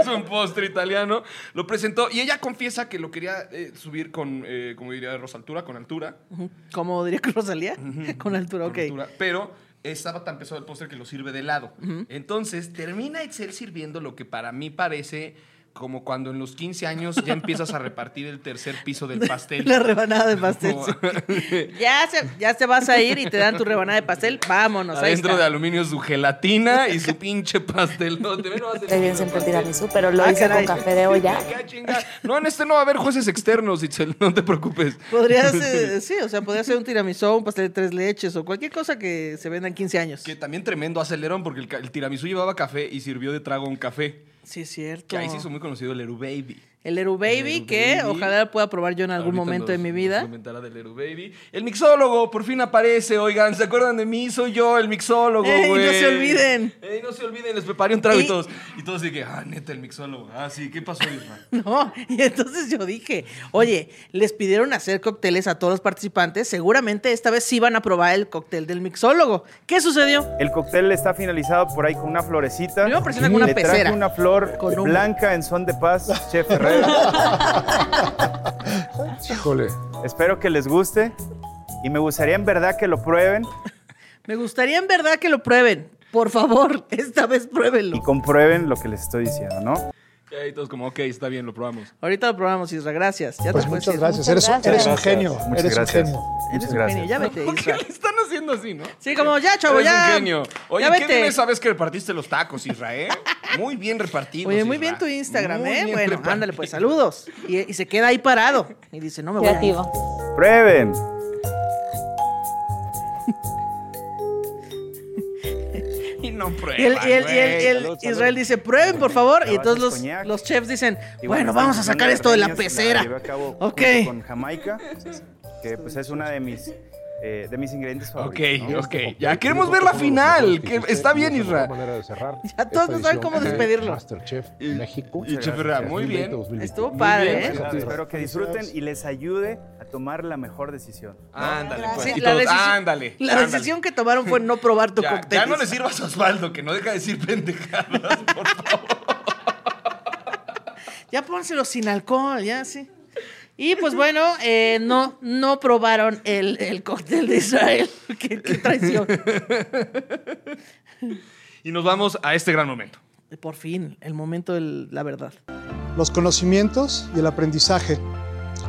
Es un postre italiano. Lo presentó y ella confiesa que lo quería eh, subir con, eh, como diría Rosaltura, con altura. Ujú. Como diría que Rosalía, con altura, ok. altura, pero estaba tan pesado el póster que lo sirve de lado. Ujú. Entonces, termina Itzel sirviendo lo que para mí parece como cuando en los 15 años ya empiezas a repartir el tercer piso del pastel. La rebanada de pastel. Como- sí. Ya, se, ya te vas a ir y te dan tu rebanada de pastel. Vámonos. ahí Adentro de está. aluminio su gelatina y su pinche pastelote. Ve nomás el Estoy bien pinche siempre pastel. tiramisú, pero lo Ah, hice caray. con café de olla. Ah, chinga. No, en este no va a haber jueces externos, Itzel, no te preocupes. Podría ser, eh, sí, o sea, podría ser un tiramisú, un pastel de tres leches o cualquier cosa que se venda en 15 años. Que también tremendo acelerón porque el, ca- el tiramisú llevaba café y sirvió de trago un café. Sí, es cierto. Que ahí se hizo muy conocido el Eru Baby. el Eru Baby, que ojalá pueda probar yo en algún momento de mi vida. Comentará del Eru Baby. El mixólogo por fin aparece, oigan, ¿se acuerdan de mí? Soy yo, el mixólogo, Ey, güey. no se olviden. Ey, no se olviden, les preparé un trago y, todos. Y todos dije, ah, neta, el mixólogo. Ah, sí, ¿qué pasó, Isra? No, y entonces yo dije, oye, les pidieron hacer cócteles a todos los participantes, seguramente esta vez sí van a probar el cóctel del mixólogo. ¿Qué sucedió? El cóctel está finalizado por ahí con una florecita. Primero presiona con una Le traje pecera. una flor Con humo. blanca en son de paz, Chef Herrera. Híjole. Pues Espero que les guste y me gustaría en verdad que lo prueben Me gustaría en verdad que lo prueben. Por favor, esta vez pruébenlo. y comprueben lo que les estoy diciendo, ¿no? Y ahí todos como, ok, está bien, lo probamos. Ahorita lo probamos, Isra, gracias. Ya Pues te puedes muchas ir. gracias, eres, un- eres un genio. Muchas eres gracias. un genio. Muchas Eres un genio, ya vete, Isra. Están haciendo así, ¿no? Sí, como ya, chavo, Eres ya. un genio. Oye, ya ¿qué vete. bien esa vez que repartiste los tacos, Israel? Muy bien repartido. Oye, muy bien tu Instagram, Muy ¿eh? bien Bueno, preparado. ándale, pues saludos. Y, y se queda ahí parado. Y dice, no me voy. a ir. Prueben. Y no Y el, y el- y el- y el Israel dice, prueben, por favor. Y Cabatas entonces los, coñac. los chefs dicen, Y bueno, esta vamos a infusión sacar esto de la gardenias pecera. llevé a cabo Ok. junto Con Jamaica, que pues es una de mis, eh, de mis ingredientes Ok, favoritos. ¿no? ok. Ya queremos ver la final. que está bien, Isra. Israel. manera de cerrar. Ya todos no saben cómo despedirlo. Masterchef México. y Chef Herrera, muy bien. 2020. Estuvo Muy padre, bien, ¿eh? pues, Espero que disfruten y les ayude a tomar la mejor decisión. Ándale, pues. Sí, y la todos, decisión- ándale. La ándale. decisión que tomaron fue no probar tu Ya, cóctel. ya no le sirvas a Osvaldo, que no deja de decir pendejadas. Ya pónselo sin alcohol, ya sí. Y pues bueno, eh, no, no probaron el, el cóctel de Israel. qué, qué traición. Y nos vamos a este gran momento. Por fin, el momento de la verdad. Los conocimientos y el aprendizaje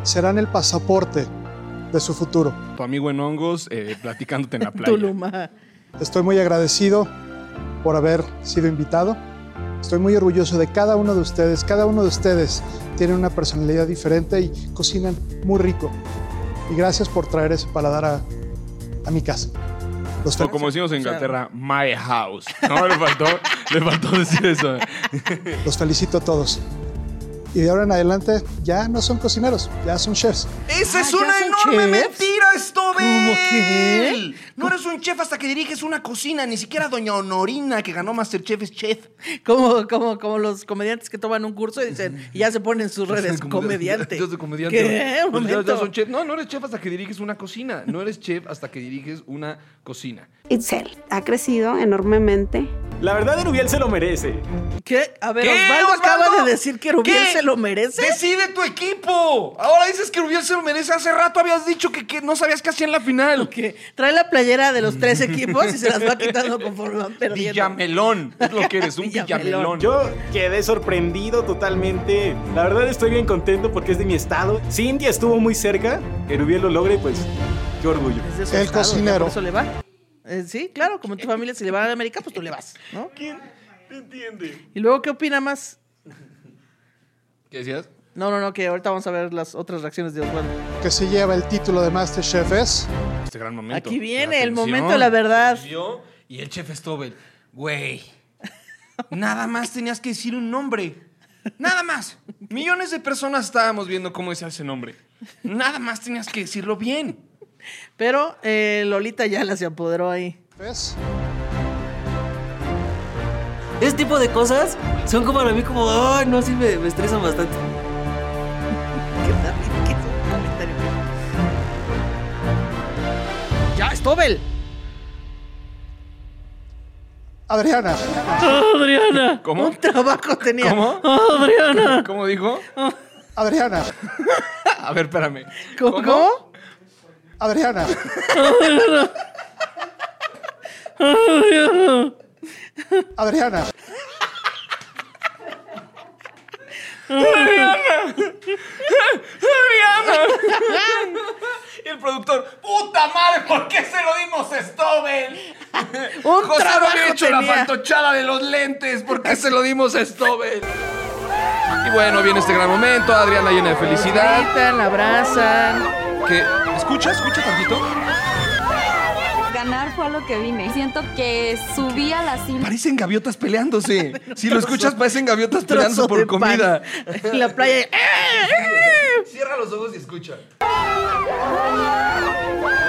serán el pasaporte de su futuro. Tu amigo en hongos eh, platicándote en la playa. Tuluma. Estoy muy agradecido por haber sido invitado. Estoy muy orgulloso de cada uno de ustedes. Cada uno de ustedes tiene una personalidad diferente y cocinan muy rico. Y gracias por traer ese paladar a, a mi casa. Los O felicito. como decimos en Inglaterra, my house. No, le faltó, le faltó decir eso. Los felicito a todos. Y de ahora en adelante ya no son cocineros, ya son chefs. ¡Esa es Ah, ¿ya una son enorme chefs? mentira, Stobel! que? No eres un chef hasta que diriges una cocina, ni siquiera Doña Honorina, que ganó Masterchef, es chef. Como, como, como los comediantes que toman un curso y dicen, y ya se ponen en sus redes, comediante. Yo soy comediante. ¿Qué? Un Pues ya- ya momento. son chef. No, no eres chef hasta que diriges una cocina. No eres chef hasta que diriges una cocina. Itzel ha crecido enormemente. La verdad, Erubiel se lo merece. ¿Qué? A ver, ¿Qué, Osvaldo, acaba Osvaldo? de decir que Rubiel ¿Qué? se lo merece. ¡Decide tu equipo! Ahora dices que Rubiel se lo merece. Hace rato habías dicho que, que no sabías qué hacía en la final. Que trae la playera de los tres equipos y se las va quitando conforme van perdiendo. Villamelón. Es lo que eres, un villamelón. Yo quedé sorprendido totalmente. La verdad estoy bien contento porque es de mi estado. Cintia estuvo muy cerca. Erubiel lo logra y pues qué orgullo. Es de su estado, ya Por eso le va. Eh, sí, claro, como tu familia se le va a América, pues tú le vas, ¿no? ¿Quién entiende? Y luego, ¿qué opina más? ¿Qué decías? No, no, no, que ahorita vamos a ver las otras reacciones de Osvaldo. Que se lleva el título de Masterchef es... Este gran momento. Aquí viene el Atención. momento de la verdad. Yo y el chef Stobel. Güey, nada más tenías que decir un nombre. Nada más. Millones de personas estábamos viendo cómo decía ese nombre. Nada más tenías que decirlo bien. Pero eh, Lolita ya la se apoderó ahí. ¿Ves? Ese tipo de cosas son como para mí como, ay, no, sí me, me estresan bastante. ¡Ya, Stobel! Adriana. Adriana. ¿Cómo? Un trabajo tenía. ¿Cómo? Oh, Adriana. Oh. ¿Cómo dijo? Adriana. A ver, espérame. ¿Cómo? ¿Cómo? Adriana. Adriana. Adriana. ¡Adriana! ¡Adriana! Y el productor, ¡puta madre! ¿Por qué se lo dimos a Stobel? Un José no trabajo había hecho la tenía. fantochada de los lentes. ¿Por qué se lo dimos a Stobel? Y bueno, viene este gran momento. Adriana llena de felicidad. Gritan, abrazan. Que, escucha, escucha tantito. ganar fue a lo que vine. Siento que subí a la cima. Parecen gaviotas peleándose. Si lo escuchas, parecen gaviotas peleándose Trozo de por comida. pan. En la playa. Cierra los ojos y escucha.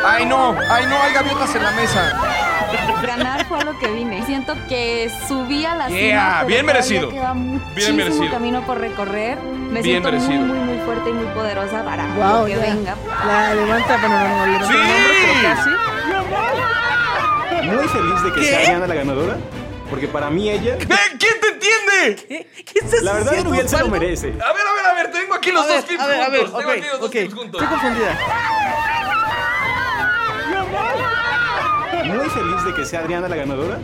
¡Ay, no! ¡Ay, no! Hay gaviotas en la mesa. Ganar fue a lo que vine. Siento que subí a la Yeah, cima. pero bien todavía merecido. Queda muchísimo Bien merecido. camino por recorrer. Me Bien siento merecido. muy, muy, muy fuerte y muy poderosa para Guau, lo que ya. venga. La levanta, pero no, no, no, ¡Sí! Muy feliz de que sea Ariana la ganadora, porque para mí ella. ¿Quién te entiende? La verdad, haciendo, Uriel se lo Osvaldo? merece. A ver, a ver, a ver. Tengo aquí los A dos ver, clips a ver, a ver, juntos. Tengo ok, aquí los dos ok. clips juntos. Estoy confundida. Muy feliz de que sea Adriana la ganadora.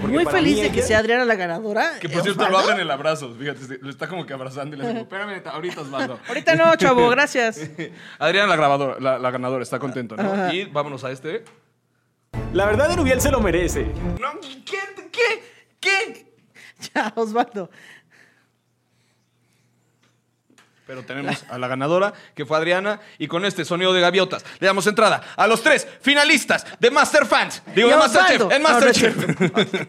porque Muy para feliz mí de que ella- sea Adriana la ganadora. Eh, Que por cierto Osvaldo. lo abren en el abrazo, fíjate, se- lo está como que abrazando y le digo, espérame, ahorita Osvaldo. Ahorita no, chavo, gracias. Adriana la grabadora, la, la ganadora, está contento, ¿no? Ajá. Y vámonos a este. La verdad, Rubiel se lo merece. No, ¿qué? ¿Qué? ¿Qué? Ya, Osvaldo. Pero tenemos a la ganadora, que fue Adriana, y con este sonido de gaviotas le damos entrada a los tres finalistas de Master Fans. Digo, Y de a Masterchef, Osvaldo. en No, no es Masterchef.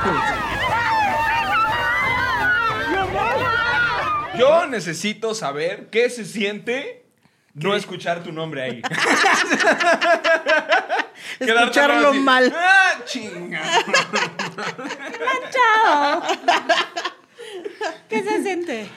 Yo necesito saber qué se siente no escuchar tu nombre ahí. Quedarte Escucharlo así. mal. ¡Ah, chinga! ¡Chao! ¿Qué se siente?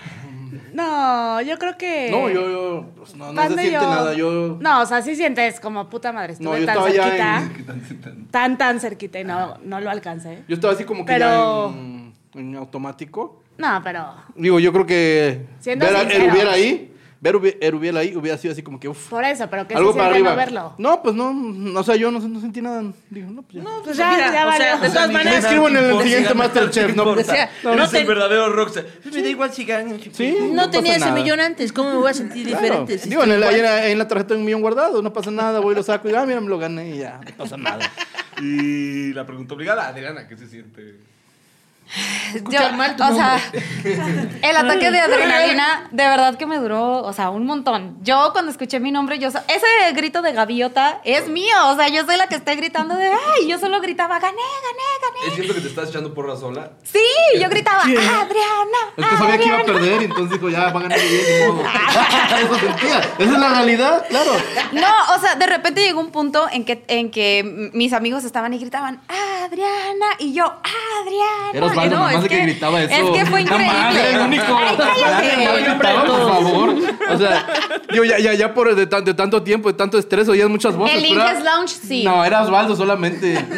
No, yo creo que. No, yo, yo, pues, no, no se Panda y siente nada. Yo, No, o sea, sí sientes como puta madre. Estuve no, yo tan estaba cerquita. ya en, Tan, tan cerquita y no, no lo alcancé. yo estaba así como que ya Pero- en, en automático. No, pero. Digo, yo creo que Siendo ver a sinceros. Erubiel ahí, ver Ubi- Erubiel ahí hubiera sido así como que, uff, Por eso, pero que algo se para siente arriba. no verlo. No, pues no, no, o sea, yo no, no sentí nada. Digo, no, pues ya. No, pues ya, ya valió. de todas Me maneras- escribo en el Por si siguiente ganas, Masterchef, no Decía, No, no es el te- verdadero rockstar. Me da igual si gano. Sí, No, no tenía pasa ese nada. millón antes, ¿cómo me voy a sentir Claro. diferente? Si Digo, en, este, el- ahí estoy en igual. la, en la tarjeta hay un millón guardado, no pasa nada, voy, lo saco y ah, mira, me lo gané y ya, no pasa nada. Y la pregunta obligada, Adriana, ¿qué se siente? Yo- o sea, el ataque de adrenalina de verdad que me duró, o sea, un montón. Yo cuando escuché mi nombre, yo so- ese grito de gaviota es mío, o sea, yo soy la que está gritando de ay, yo solo gritaba gané, gané, gané. Siento que te estás echando porra sola. Sí, yo gritaba Bien. Adriana. Es que sabía que iba a perder y entonces dijo, ya, va a ganar bien, ni modo. Ah. Eso sentía, esa es la realidad, claro. No, o sea, de repente llegó un punto en que en que m- mis amigos estaban y gritaban Adriana y yo Adriana. Era Osvaldo, Y no, nomás es de que gritaba eso. Es que fue ¡No increíble. mames, el único! Ay, cállate. Ya gritaba, por favor. O sea, digo, ya, ya, ya por de, tan- de tanto tiempo, de tanto estrés, oías muchas voces. El pero era- Inges Lounge, sí. No, era Osvaldo solamente. Nice,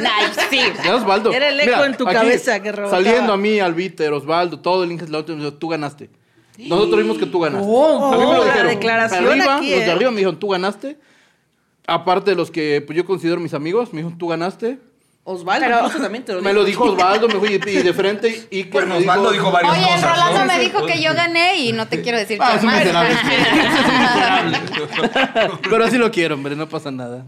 sí. Era Osvaldo. Era el eco Mira, en tu aquí, cabeza que rebotaba. Saliendo a mí, al Víter, Osvaldo, todo el Inges Lounge, me dijo, tú ganaste. Nosotros vimos que tú ganaste. a Oh, mí me oh, lo la dijeron. declaración Para arriba, aquí, los de ¿eh? arriba me dijeron, tú ganaste. Aparte de los que pues, yo considero mis amigos, me dijeron, tú ganaste. Osvaldo, Pero- incluso también te lo Me lo dijo Osvaldo, me dijo, y, y de frente. Y que me Osvaldo dijo varias Oye, el Rolando me dijo que yo gané. gané y no te quiero decir Ah, que es un más. miserable. Pero así lo quiero, hombre, no pasa nada.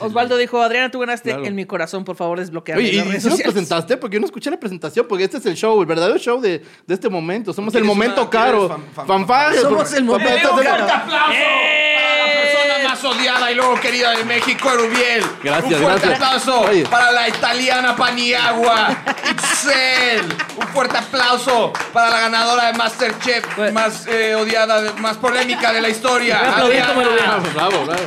Osvaldo dijo, Adriana, tú ganaste Claro. en mi corazón, por favor, desbloqueame. Oye, en ¿y las si redes nos sociales". presentaste? Porque yo no escuché la presentación, porque este es el show, el verdadero show de, de este momento. Somos el Eres momento una- caro. eres fan- fan- Fanfarria. Somos el momento Papá, caro. estás- aplauso para la ¡Eh! persona más odiada y luego querida de México, Erubiel. Gracias, Un fuerte gracias. aplauso Oye. para la italiana Paniagua, Itzel. Un fuerte aplauso para la ganadora de Masterchef, Pues- más eh, odiada, de- más polémica de la historia. Adriana. Bravo, bravo, bravo.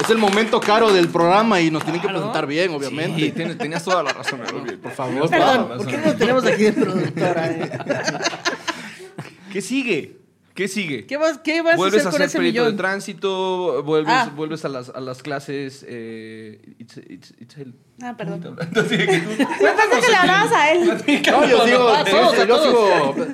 Es el momento caro del programa y nos tienen que presentar bien, obviamente. Sí, ten- tenías toda la razón, Erubiel. Por favor. Perdón, ¿Por qué no lo tenemos aquí de productora? eh? ¿Qué sigue? ¿Qué sigue? ¿Qué vas, qué vas a vuelves hacer a con ser ese perito de millón? tránsito, vuelves, Ah. vuelves a, las, a las clases. Eh, it's, it's- it's el- Ah, perdón. Así que tú- Pensé que le hablabas a él. No, yo sigo, eh, A todos, a yo todos. sigo-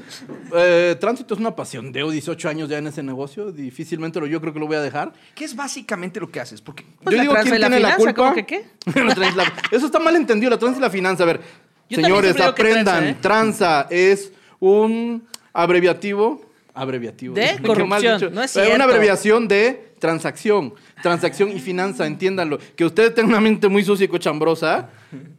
eh, tránsito es una pasión. Debo 18 años ya en ese negocio. Difícilmente lo, yo creo que lo voy a dejar. ¿Qué es básicamente lo que haces? Porque Pues la transfer- la finanza, ¿cómo que qué? La trans- la- eso está mal entendido, la trans y la finanza. A ver, Yo también señores, siempre digo que ¿eh? aprendan. Tranza es un abreviativo. Abreviativo. De Qué mal corrupción, dicho. no es Eh, cierto. Una abreviación de transacción. Transacción y finanza, entiéndanlo. Que ustedes tengan una mente muy sucia y cochambrosa,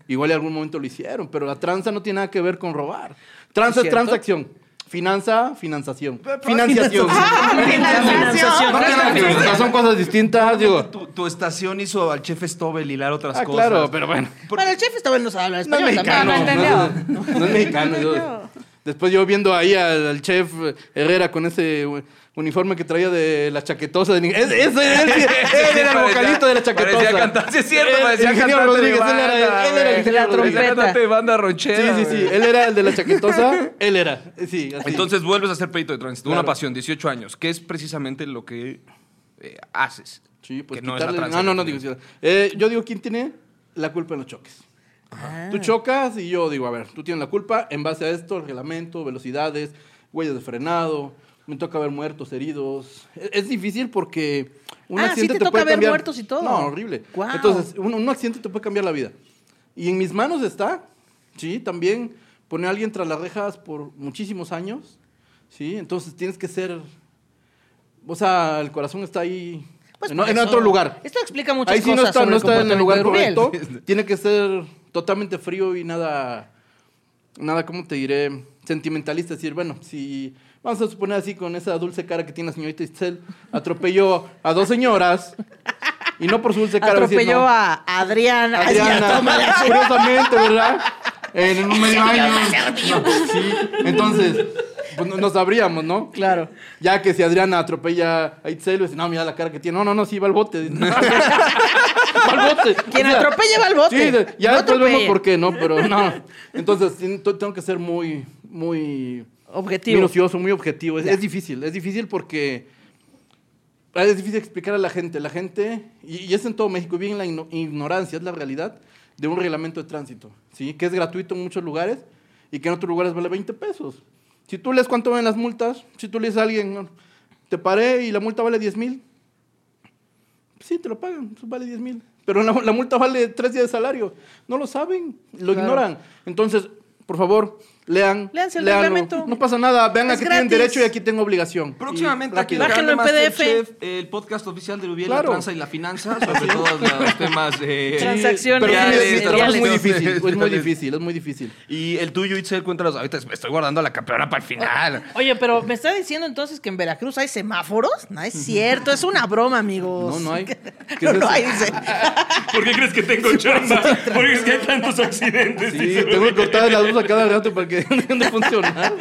igual en algún momento lo hicieron, pero la tranza no tiene nada que ver con robar. Tranza ¿Es es cierto? transacción. Finanza, financiación. Financiación. Ah, Financiación. No tiene nada que ver, o sea, Son cosas distintas, digo. Tu, tu estación hizo al chef Stobel hilar otras Ah, cosas. claro, pero bueno. Bueno, el chef estaba en los habla No es español mexicano. también. Ah, No, no, no es mexicano. yo- Después yo viendo ahí al, al chef Herrera con ese u- uniforme que traía de la chaquetosa. De... Ese, ese, ese- él era el vocalista de la chaquetosa. Parecía cantante, sí es cierto, El- el parecía ingeniero cantante de Rodríguez, él era, banda, el- él era el güey. ingeniero La Rodríguez. trompeta. Cantante de banda ronchera, Sí, sí, sí. güey. Él era el de la chaquetosa, él era. Sí, así. Entonces vuelves a ser perito de tránsito. Una Claro. pasión, 18 años, que es precisamente lo que eh, haces. Sí, pues que no es la quitarle- tranza no, no, que no, tienes. digo, sí, eh, yo digo, ¿quién tiene la culpa en los choques? Ah. Tú chocas y yo digo, a ver, tú tienes la culpa en base a esto, el reglamento, velocidades, huellas de frenado, me toca haber muertos, heridos. Es, es difícil porque un Ah, sí accidente te te, toca puede haber cambiar. muertos y todo. No, horrible. Guau. Entonces, un, un accidente te puede cambiar la vida. Y en mis manos está, sí, también poner a alguien tras las rejas por muchísimos años, sí, entonces tienes que ser, o sea, el corazón está ahí, Pues en, por en eso- otro lugar. esto explica muchas Ahí sí no cosas está, sobre no el está en el lugar comportamiento correcto, de tiene que ser totalmente frío y nada, nada, ¿cómo te diré? Sentimentalista, decir, bueno, si... Vamos a suponer así, con esa dulce cara que tiene la señorita Itzel, atropelló a dos señoras y no por su dulce cara. decir, Atropelló no. a Adriana. Ay, ya, toma Adriana, la- curiosamente, ¿verdad? En un medio Sí, año. va a ser No, sí, entonces, pues no, no sabríamos, ¿no? Claro. Ya que si Adriana atropella a Itzel, dice, no, mira la cara que tiene. No, no, no, sí, va al bote. va al bote. Quien atropelle va al bote. Sí, de- ya No después vemos atropelle. por qué, ¿no? Pero no. Entonces, sí, to- tengo que ser muy, muy... Objetivo. Minucioso, muy objetivo. Es, Ya. es difícil, es difícil porque... Ah, Es difícil explicar a la gente. La gente, y, y es en todo México, bien la igno- ignorancia, es la realidad de un reglamento de tránsito, ¿sí? Que es gratuito en muchos lugares y que en otros lugares vale 20 pesos. Si tú lees cuánto ven las multas, si tú lees a alguien, "No, te paré y la multa vale 10 mil, sí, te lo pagan, pues vale 10 mil. Pero la, la multa vale 3 días de salario. No lo saben, lo Claro. ignoran. Entonces, por favor, lean. Léanse el léanlo. reglamento. No pasa nada, vean Es aquí tienen gratis. derecho y aquí tengo obligación. Próximamente Y aquí en rápido. Grande Bájenlo en PDF. Masterchef, el podcast oficial de Lubiel, Claro. la tranza y la finanza, sobre todos los temas eh, de Transacciones. Pero sí, mi trabajo es muy difícil, es muy difícil, es muy difícil. Y el tuyo, Itzel, cuéntanos. Ahorita me estoy guardando a la campeona para el final. Oye, pero me está diciendo entonces que en Veracruz hay semáforos. No es cierto, es una broma, amigos. No, no hay. no, es no eso? hay, dice. ¿Por qué crees que tengo chamba? ¿Por qué crees que hay tantos accidentes? Sí, tengo que cortar la luz a cada rato para que dejen de funcionar.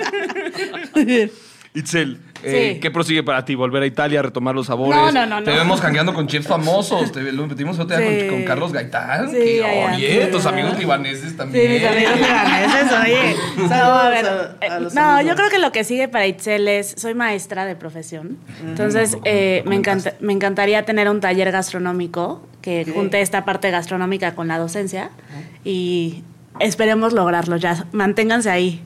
Itzel, eh, Sí. ¿qué prosigue para ti? ¿Volver a Italia, retomar los sabores? No, no, no, no. Te vemos jangueando con chefs famosos. Te lo metimos otra día Sí. con, con Carlos Gaitán. Sí, que, allá. oye, Sí, tus ¿verdad? amigos libaneses Sí, también. mis amigos libaneses, oye. No, a Saludos ver, a- eh, a los no, amigos. yo creo que lo que sigue para Itzel es, soy maestra de profesión, entonces eh, me, encanta, me encantaría tener un taller gastronómico que junte esta parte gastronómica con la docencia y esperemos lograrlo ya. Manténganse ahí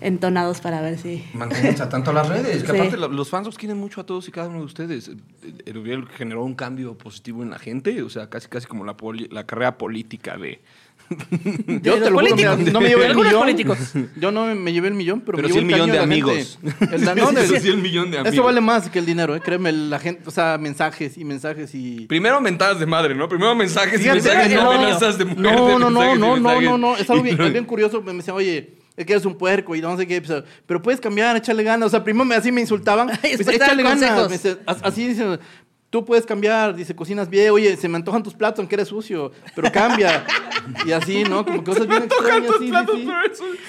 entonados para ver si... Manténganse a tanto a las redes. Que Sí. aparte lo- los fans los quieren mucho a todos y cada uno de ustedes. El- El Uriel generó un cambio positivo en la gente. O sea, casi casi como la, poli- la carrera política de... Yo te lo juro, mira, no me llevé el millón. Yo no me llevé el millón, pero, Pero me sí llevé el millón caño de la amigos. gente. El danón, Sí, sí, sí, el millón de Eso amigos. vale más que el dinero, eh, créeme, la gente, o sea, mensajes y mensajes y Primero mentadas de madre, ¿no? Primero mensajes y Fíjate, mensajes, no no, amenazas de muerte. No, no, no, mensajes y no, no, mensajes. no, no. Es algo bien, Y luego- bien curioso. Me me decían, oye, es que eres un puerco y no sé qué. pues, pero puedes cambiar, échale ganas. O sea, primero me- así me insultaban. pues, después te échale daban ganas. consejos. Me dice, as- así dicen. Tú puedes cambiar, dice, cocinas bien, oye, se me antojan tus platos, aunque eres sucio, pero cambia. Y así, ¿no? Como cosas bien extrañas. sí, sí, sí.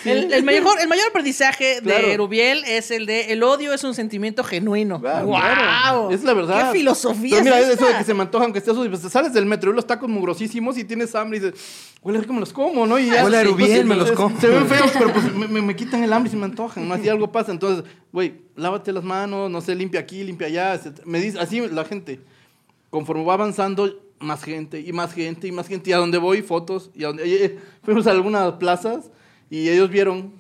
Sí. El, el mayor, el mayor aprendizaje Claro. de Rubiel es el de el odio es un sentimiento genuino. ¡Wow! Ah, Claro, Es la verdad. ¡Qué filosofía! Pero mira, es eso de esta? que se me antojan que estés sucio, pues, te sales del metro y los tacos mugrosísimos y tienes hambre y dices, huele rico, me los como, ¿no? Y ya, Huele a sí, Rubiel, pues, me los es- como. Se ven feos, pero pues me, me- me quitan el hambre y se me antojan, ¿no? Así algo pasa. Entonces, güey, lávate las manos, no sé, limpia aquí, limpia allá. etc. Me dice, así la gente, conforme va avanzando, más gente y más gente y más gente. Y a donde voy, fotos. Y a donde, eh, eh, fuimos a algunas plazas y ellos vieron.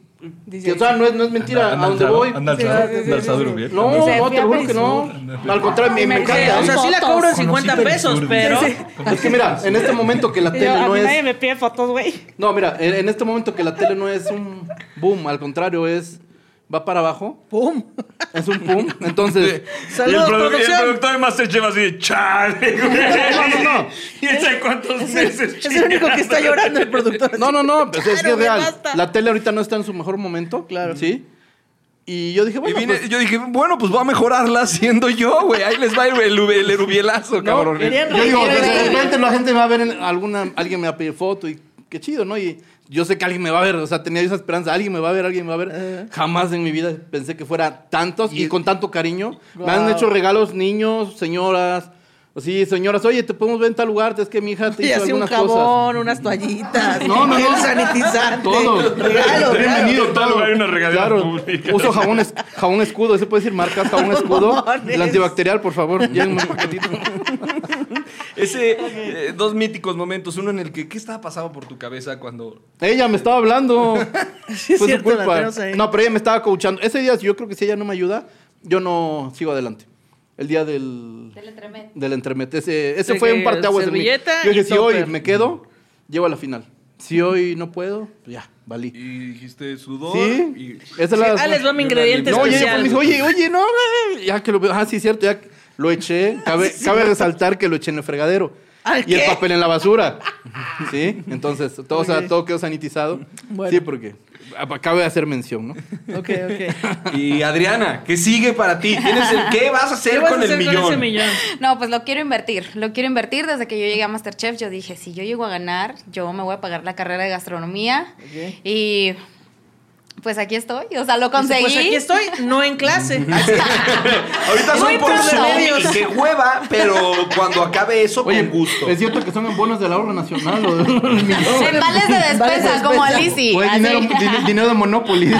Dice- que, o sea, no es, no es mentira, Anda a donde alzado, voy. anda Sí, alzado, sí, sí, anda sí, alzado sí. Rubiel. No, Dice, no, fui te a lo juro que no. Perisur. Al contrario, me, Y me me dice, encanta. ¿eh? o sea, sí la cobro en Conocí 50 Perisur, pesos, dice. pero- Es que mira, en este momento que la Y yo, tele a no mí es. nadie me pide fotos, güey. No, mira, en, en este momento que la tele no es un boom, al contrario, es. Va para abajo. ¡Pum! Es un pum. Entonces. Y el, produ- y el productor de Masterchef así de chale, güey. No, no, no. ¿Y ese cuántos meses? chingada? el productor. No, no, no. pues es que es Claro, me real. basta. La tele ahorita no está en su mejor momento. Claro. Sí. Y yo dije, Y bueno, vine- pues, yo dije, bueno, pues voy a mejorarla siendo yo, güey. Ahí les va el, el, el erubielazo, cabrón. yo digo, de repente la gente me va a ver, en alguna, alguien me va a pedir foto y qué chido, ¿no? Y yo sé que alguien me va a ver, o sea, tenía esa esperanza, alguien me va a ver, alguien me va a ver. Eh. Jamás en mi vida pensé que fuera tantos y, con tanto cariño. Me han Wow. hecho regalos niños, señoras. Sí, señoras, oye, te podemos ver en tal lugar, es que mi hija te Y hizo así un algunas jabón, cosas. unas toallitas, No, no, no. un sanitizante. Todo. Regalo, Bienvenido, todo. Hay una regadera pública. Uso jabón, es- jabón escudo. ¿Ese puede decir marcas? Jabón escudo. Jabones. El antibacterial, por favor. Llévenme un paquetito. Ese, eh, dos míticos momentos. Uno en el que, ¿qué estaba pasando por tu cabeza cuando Ella me estaba hablando. es Fue su cierto, la culpa. tenemos ahí. No, pero ella me estaba coachando. Ese día, yo creo que si ella no me ayuda, yo no sigo adelante. El día del... Del entremet. Del entremet. Ese, ese De fue que un parteaguas en mí. servilleta Yo dije, y si hoy topper. me quedo, llego a la final. Si hoy no puedo, pues ya, valí. Y dijiste sudor. Sí. Y... Esa es la- ah, les va mi ingrediente No, oye, especial. me dijo, oye, oye, no, eh, ya que lo veo. Ah, sí, cierto, ya que lo eché. Cabe, Sí, cabe cierto. resaltar que lo eché en el fregadero. Ah, Y el ¿qué? papel en la basura. ¿Sí? Entonces, todo, o sea, Ok. todo quedó sanitizado. Bueno. Sí, porque a- cabe hacer mención, ¿no? Ok, ok. Y Adriana, ¿qué sigue para ti? ¿Tienes el- ¿Qué vas a hacer, ¿Qué vas con, a hacer el con millón? ese millón? No, pues lo quiero invertir. Lo quiero invertir desde que yo llegué a Masterchef. Yo dije, si yo llego a ganar, yo me voy a pagar la carrera de gastronomía. Y pues aquí estoy. O sea, lo conseguí. Pues aquí estoy, no en clase. Ah, Ahorita Muy son por pronto. Zoom y qué hueva, pero cuando acabe eso, con gusto. Es cierto que son en bonos del ahorro nacional o del En vales de despensa, Vales de como despensa. Alicia. O es dinero, din- dinero de Monopoly.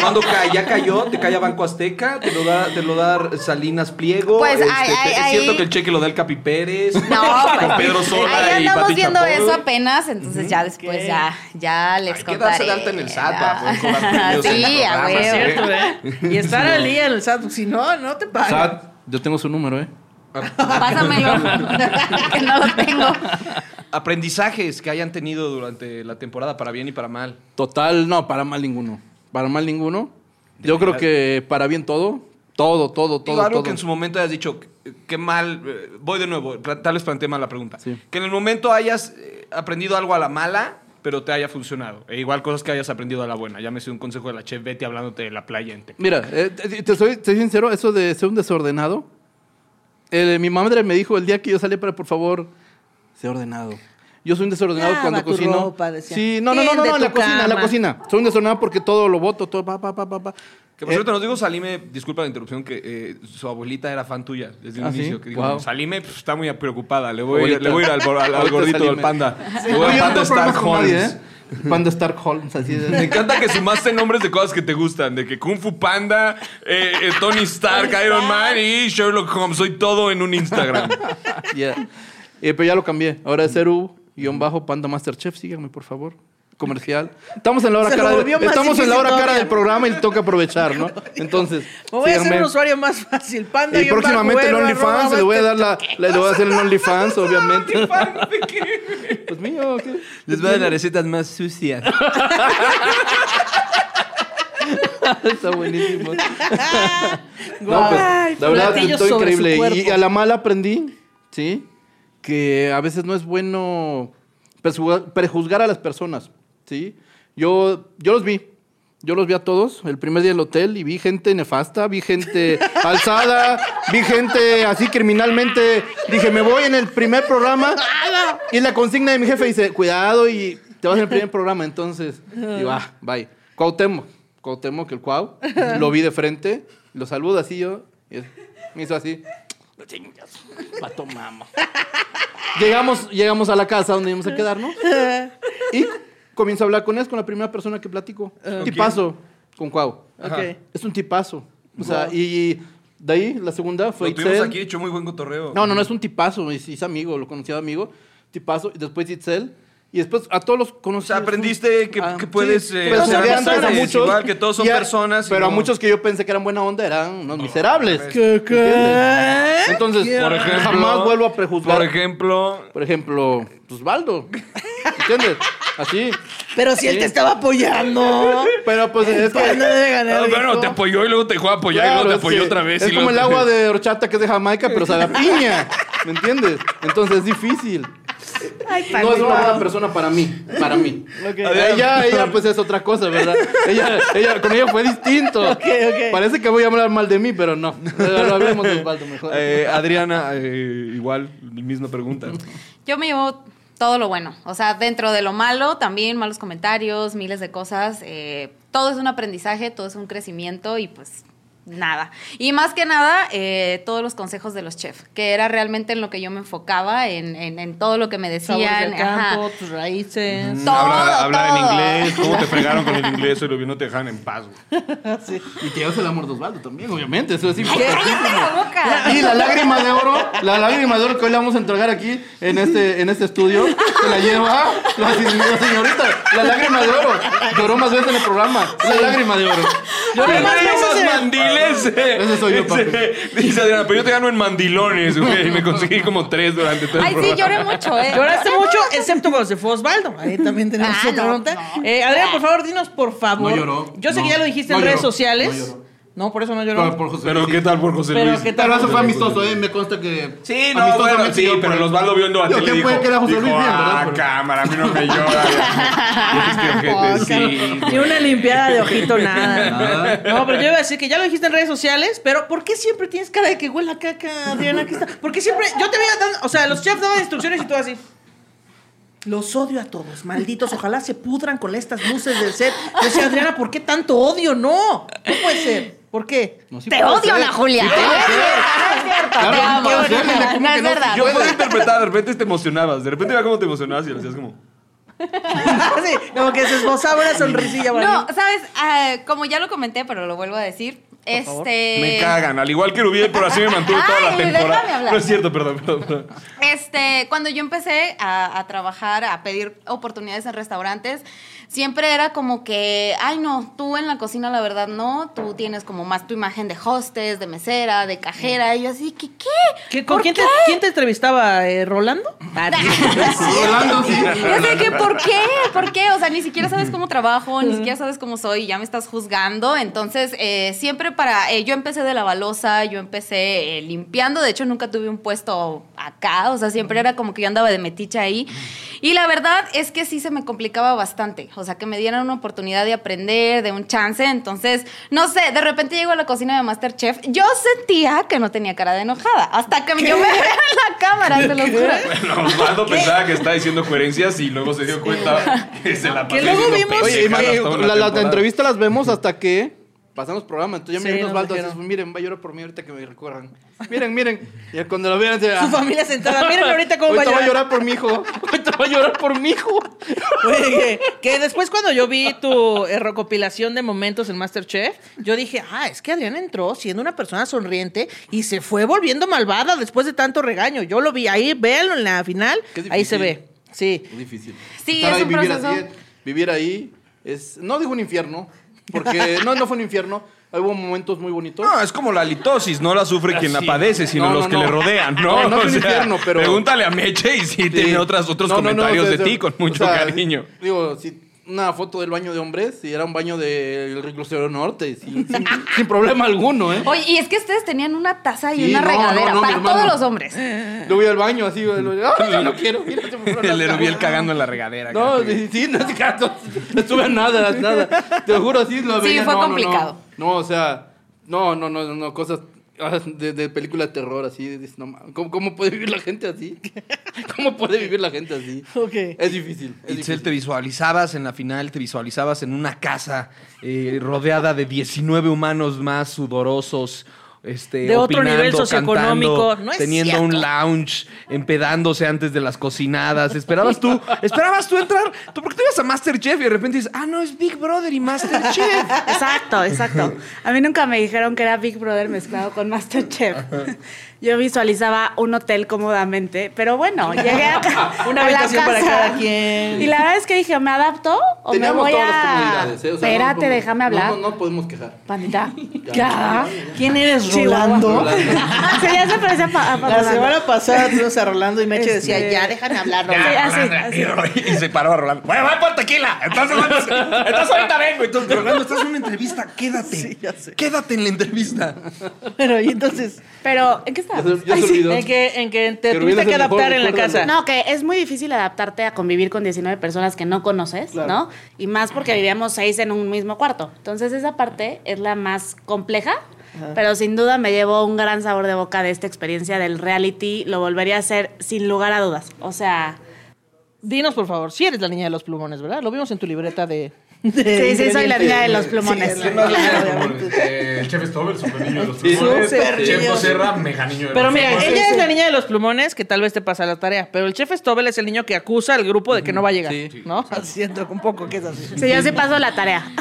Cuando ca- ya cayó, te cae Banco Azteca, te lo da, te lo da Salinas Pliego. Pues, este, ay, te- ay, es ay. cierto que el cheque lo da el Capi Pérez. No, pues, con Pedro Sola Ahí y andamos Pati viendo Chapoy. eso apenas, entonces ya después ya, ya les Hay que darse contaré. de alta en el SAT para poder cobrar premios en Sí, a programas, huevo. ¿eh? Cierto, ¿eh? Y estar al día en el SAT, pues, si no, no te pagan. Sad, yo tengo su número, ¿eh? Pásamelo. que no lo tengo. Aprendizajes que hayan tenido durante la temporada, para bien y para mal. Total, no, para mal ninguno. Para mal ninguno. Yo creo que para bien todo. Todo, todo, todo. Digo, algo todo. que en su momento hayas dicho, eh, qué mal, eh, voy de nuevo, tra- tal vez planteé mal la pregunta. Que en el momento hayas eh, aprendido algo a la mala, pero te haya funcionado. E igual cosas que hayas aprendido a la buena. Ya me sé un consejo de la chef Betty hablándote de la playa en Tec- Mira, eh, te, te soy, te soy sincero, eso de ser un desordenado. eh, mi madre me dijo el día que yo salí para, por favor, sea ordenado. Yo soy un desordenado Lava cuando Ah, tu cocino. ropa, decía. sí, no, no, no, no, Tiende no, en la tu cocina, en la cama. cocina. Soy un desordenado porque todo lo boto, todo pa, pa, pa, pa, Eh, pa. Que por cierto, nos dijo Salime, disculpa la interrupción, que eh, su abuelita era fan tuya desde un ¿Ah, sí? inicio. Que dijo, Guau. Salime pues, está muy preocupada, le voy, Abuelita. le voy a ir al, al- al Ahorita gordito del Salime. panda. Sí. Le voy a Oye, no Panda tengo problemas Stark con nadie, Holmes. ¿eh? Panda Stark Holmes, así de- Me encanta que sumaste nombres de cosas que te gustan, de que Kung Fu Panda, eh, eh, Tony Stark, Iron Man y Sherlock Holmes. Soy todo en un Instagram. Yeah. Eh, pero ya lo cambié. Ahora es Eru, guión bajo, Panda Masterchef. Síganme, por favor. Comercial. Estamos en la hora Se lo cara, del- volvió más estamos en difícil la hora cara todavía. del programa y le toca aprovechar, ¿no? Entonces, Me voy a hacer un síganme. usuario más fácil. Panda Y próximamente el OnlyFans, le voy a dar la, le voy a hacer el OnlyFans, obviamente. Pues mío, ¿qué? Les voy a dar las recetas más sucias. Está buenísimo. No, Guau. pues, Ay, la verdad, platillos estoy sobre su increíble. cuerpo. Y a la mala aprendí, ¿sí? Que a veces no es bueno prejuzgar, prejuzgar a las personas, ¿sí? Yo, yo los vi. Yo los vi a todos el primer día del hotel y vi gente nefasta, vi gente alzada, vi gente así criminalmente. Dije, me voy en el primer programa y la consigna de mi jefe dice, cuidado y te vas en el primer programa. Entonces, digo, ah, bye. Cuauhtémoc, Cuauhtémoc, el Cuau, lo vi de frente, lo saludo así yo, y es- me hizo así. Lo chingas, pato mamo. Llegamos, llegamos a la casa donde íbamos a quedarnos y comienzo a hablar con él, con la primera persona que platico. Ah. Tipazo, con Cuau. Ajá. Ok. Es un tipazo. O sea, Wow. y de ahí la segunda fue Lo tuvimos Itzel. aquí hecho muy buen cotorreo. No, no, no, es un tipazo, es, es amigo, lo conocía de amigo, tipazo, y después Itzel, y después a todos los conocí. aprendiste que, que puedes, eh, pero ser se vean antes a personas, muchos, igual que todos son y a- personas y Pero a no- muchos que yo pensé que eran buena onda eran unos miserables. ¿Eh? ¿Entiendes? Entonces, Por ejemplo- ¿Eh? jamás vuelvo a prejuzgar. por ejemplo, por ejemplo, pues Baldo. ¿Entiendes? Así. Pero si él te estaba apoyando. Pero pues ¿eh? es que. Pues no debe ganar, Ah, bueno, hijo. te apoyó y luego te dejó apoyar y Claro, luego te es apoyó que otra vez. Es y como el luego te- agua de horchata que es de Jamaica, pero sabe a piña. ¿Me entiendes? Entonces es difícil. no es una buena persona para mí, para mí. Ella, ella, pues es otra cosa, ¿verdad? Ella, ella, con ella fue distinto. Parece que voy a hablar mal de mí, pero no. Ahora hablemos de Osvaldo mejor. Eh, Adriana, eh, igual, misma pregunta. Yo me llevo todo lo bueno. O sea, dentro de lo malo, también malos comentarios, miles de cosas. eh, todo es un aprendizaje, todo es un crecimiento y pues nada. Y más que nada, eh, todos los consejos de los chefs, que era realmente en lo que yo me enfocaba, en, en- en todo lo que me decían. Sabores del ajá. campo, tus raíces. Mm. Todo, habla habla todo. en inglés, cómo te fregaron con el inglés y lo que no te dejan en paz. güey. Y te llevas el amor de Osvaldo también, obviamente. Eso es ¡Cállate importantísimo. la boca! Y la lágrima de oro, la lágrima de oro que hoy le vamos a entregar aquí en este, en este estudio, se la lleva la, se- la señorita, la lágrima de oro. Lloró más veces en el programa, la lágrima de oro. Yo le Además, gano no esos sé- mandiles. eh. Ah, Ese soy yo, papi. Dice- Dice Adriana, pero yo te gano en mandilones, güey. Y me conseguí como tres durante todo el Ay, sí, programa. lloré mucho, ¿eh? Lloraste mucho, excepto cuando se fue Osvaldo. Ahí también tenemos Ah, otra no, pregunta. Eh, Adrián, por favor, dinos, por favor. No lloró, Yo sé no. que ya lo dijiste No en redes lloró, sociales. No, por eso no lloró. Pero qué tal por José Pero Luis. qué tal Pero eso fue amistoso, eh, me consta que. Sí, no, bueno, sí, pero los van lo viendo a ti. Yo, le ¿quién dijo, puede que era José dijo, Luis bien, verdad? Ah, cámara, a mí no me llora. Oh, Dices que ojete, sí. Ni una limpiada de ojito, nada. No, pero yo iba a decir que ya lo dijiste en redes sociales, pero ¿por qué siempre tienes cara de que huele a caca, Adriana? ¿Qué está? ¿Por qué siempre? Yo te veía dando, o sea, los chefs daban instrucciones y tú así. Los odio a todos, malditos. Ojalá se pudran con estas luces del set. Yo decía, Adriana, ¿por qué tanto odio? No, no puede ser. ¿por qué? sí Te puede odio, ser. Ana Julia. No Sí puede es ser. cierto, no es cierto, te Claro, no amo. puede ser, nena, No es verdad. Yo podía interpretar, de repente te emocionabas. De repente veía cómo te emocionabas y lo hacías como. Sí, como que se esbozaba una sonrisilla. para mí. No, sabes, Ah, como ya lo comenté, pero lo vuelvo a decir. favor. Este. Me cagan, al igual que Rubiel, pero así me mantuvo toda la Ay, déjame temporada. hablar. No es cierto, perdón, perdón. perdón. Este, cuando yo empecé a, a trabajar, a pedir oportunidades en restaurantes, siempre era como que, ay no, tú en la cocina la verdad no, tú tienes como más tu imagen de hostes, de mesera, de cajera, y yo así, ¿qué? ¿Qué? ¿Qué- con ¿Por quién, qué? Te, quién te entrevistaba? eh, ¿Rolando? Ah, Rolando, sí. Yo sé que, ¿por qué? ¿Por qué? O sea, ni siquiera sabes cómo trabajo, ni siquiera sabes cómo soy, y ya me estás juzgando. Entonces, eh, siempre para. eh, yo empecé de la balosa, yo empecé eh, limpiando. De hecho, nunca tuve un puesto acá. O sea, siempre era como que yo andaba de meticha ahí. Y la verdad es que sí se me complicaba bastante. O sea, que me dieran una oportunidad de aprender, de un chance. Entonces, no sé, de repente llego a la cocina de Masterchef. Yo sentía que no tenía cara de enojada. Hasta que yo me veo en la cámara, te lo juro. Bueno, Osvaldo pensaba que estaba diciendo coherencias y luego se dio cuenta que se la pasó. Que luego diciendo vimos. Oye, pendejadas eh, toda la, la temporada. entrevista las vemos hasta que pasan los programas. Entonces Sí, ya miren nos los baldos. dijeron. Miren, va a llorar por mí ahorita que me recuerdan. Miren, miren. Y ya cuando lo vean, se Su familia sentada, "Miren ahorita cómo va a Ahorita llorar". por mi hijo. Ahorita va a llorar por mi hijo. Oye, que, que después cuando yo vi tu eh, recopilación de momentos en Masterchef, yo dije, ah, es que Adriana entró siendo una persona sonriente y se fue volviendo malvada después de tanto regaño. Yo lo vi ahí, véanlo en la final, ahí se ve. Sí. Es difícil. Sí, Estar es ahí, un vivir proceso. así, eh, vivir ahí es. No digo un infierno. Porque no, no fue un infierno. Hubo momentos muy bonitos. No, es como la litosis, no la sufre quien la Sí. padece, sino No, no, los que no. le rodean, ¿no? No, no es O un sea, infierno, pero- Pregúntale a Meche y si Sí. tiene otras, otros No, no, no, comentarios o sea, de ti con o mucho sea, cariño. Digo, si una foto del baño de hombres, si era un baño del reclusorio norte, sin, sin- sin problema alguno, ¿eh? Oye, y es que ustedes tenían una taza y Sí, una no, regadera no, no, mi para hermano. todos los hombres. Yo voy al baño así, güey, lo- ¡Ah, ya no quiero, mira, se me fueron El las Erubiel caguamas. cagando en la regadera. No, sí, sí, no, sí, no, no estuve a nada, nada. Te lo juro, sí, lo Sí, veía, fue no, no, no. complicado. No, o sea, no, no, no, no, no, cosas ah, de, de película de terror, así. dices, no mames, ¿cómo, ¿Cómo puede vivir la gente así? ¿Cómo puede vivir la gente así? Es difícil. es Itzel, te visualizabas en la final, te visualizabas en una casa eh, rodeada de 19 humanos más sudorosos. Este, De otro nivel opinando, socioeconómico. cantando, No es teniendo cierto. un lounge, empedándose antes de las cocinadas. Esperabas tú, esperabas tú entrar. ¿Tú, ¿Por qué te ibas a Masterchef y de repente dices, ah, no, es Big Brother y Masterchef? Exacto, exacto. A mí nunca me dijeron que era Big Brother mezclado con Masterchef. Yo visualizaba un hotel cómodamente, pero bueno, llegué a, ca- Una a la habitación para casa. cada quien. Y la verdad es que dije, ¿me adapto o Teníamos me voy todas las a...? comodidades, ¿eh? O sea, no Espérate, podemos- déjame hablar. No, no, no podemos quejar. Pandita, ya. Ya. ¿Quién eres, Rolando. Sí, ya se parece a, pa- a pa- La Rolando. semana pasada tuvimos a Rolando y Meche Este- decía, ya, dejan hablar, Rolando. Sí, así, Y, Ro- y se paró a Rolando. Bueno, voy por tequila. Entonces, vamos- entonces ahorita vengo. Entonces, Rolando, estás en una entrevista. Quédate. Quédate en la entrevista. Pero, y entonces. Pero, ¿en qué Ya estábamos? se- ya se Ay, sí. olvidó. ¿En que, en que te Pero tuviste hubieras que sido mejor, adaptar en la recuérdalo. casa. No, que es muy difícil adaptarte a convivir con 19 personas que no conoces, Claro. ¿no? Y más porque vivíamos seis en un mismo cuarto. Entonces, esa parte es la más compleja, Ajá. pero sin duda me llevo un gran sabor de boca de esta experiencia del reality. Lo volvería a hacer sin lugar a dudas. O sea... Dinos, por favor, si eres la niña de los plumones, ¿verdad? Lo vimos en tu libreta de. Sí, sí, soy la niña de los plumones. ¿Quién más niño de los plumones? Eh, El chef Stover, super niño de los Sí, plumones. súper El chef niño. Serra, mega niño de Pero los mira, plumones. ella es la niña de los plumones que tal vez te pasa la tarea. Pero el chef Stobel es el niño que acusa al grupo de que no va a llegar. ¿No? Ah, Siento un poco que es así. Sí, yo sí paso la tarea.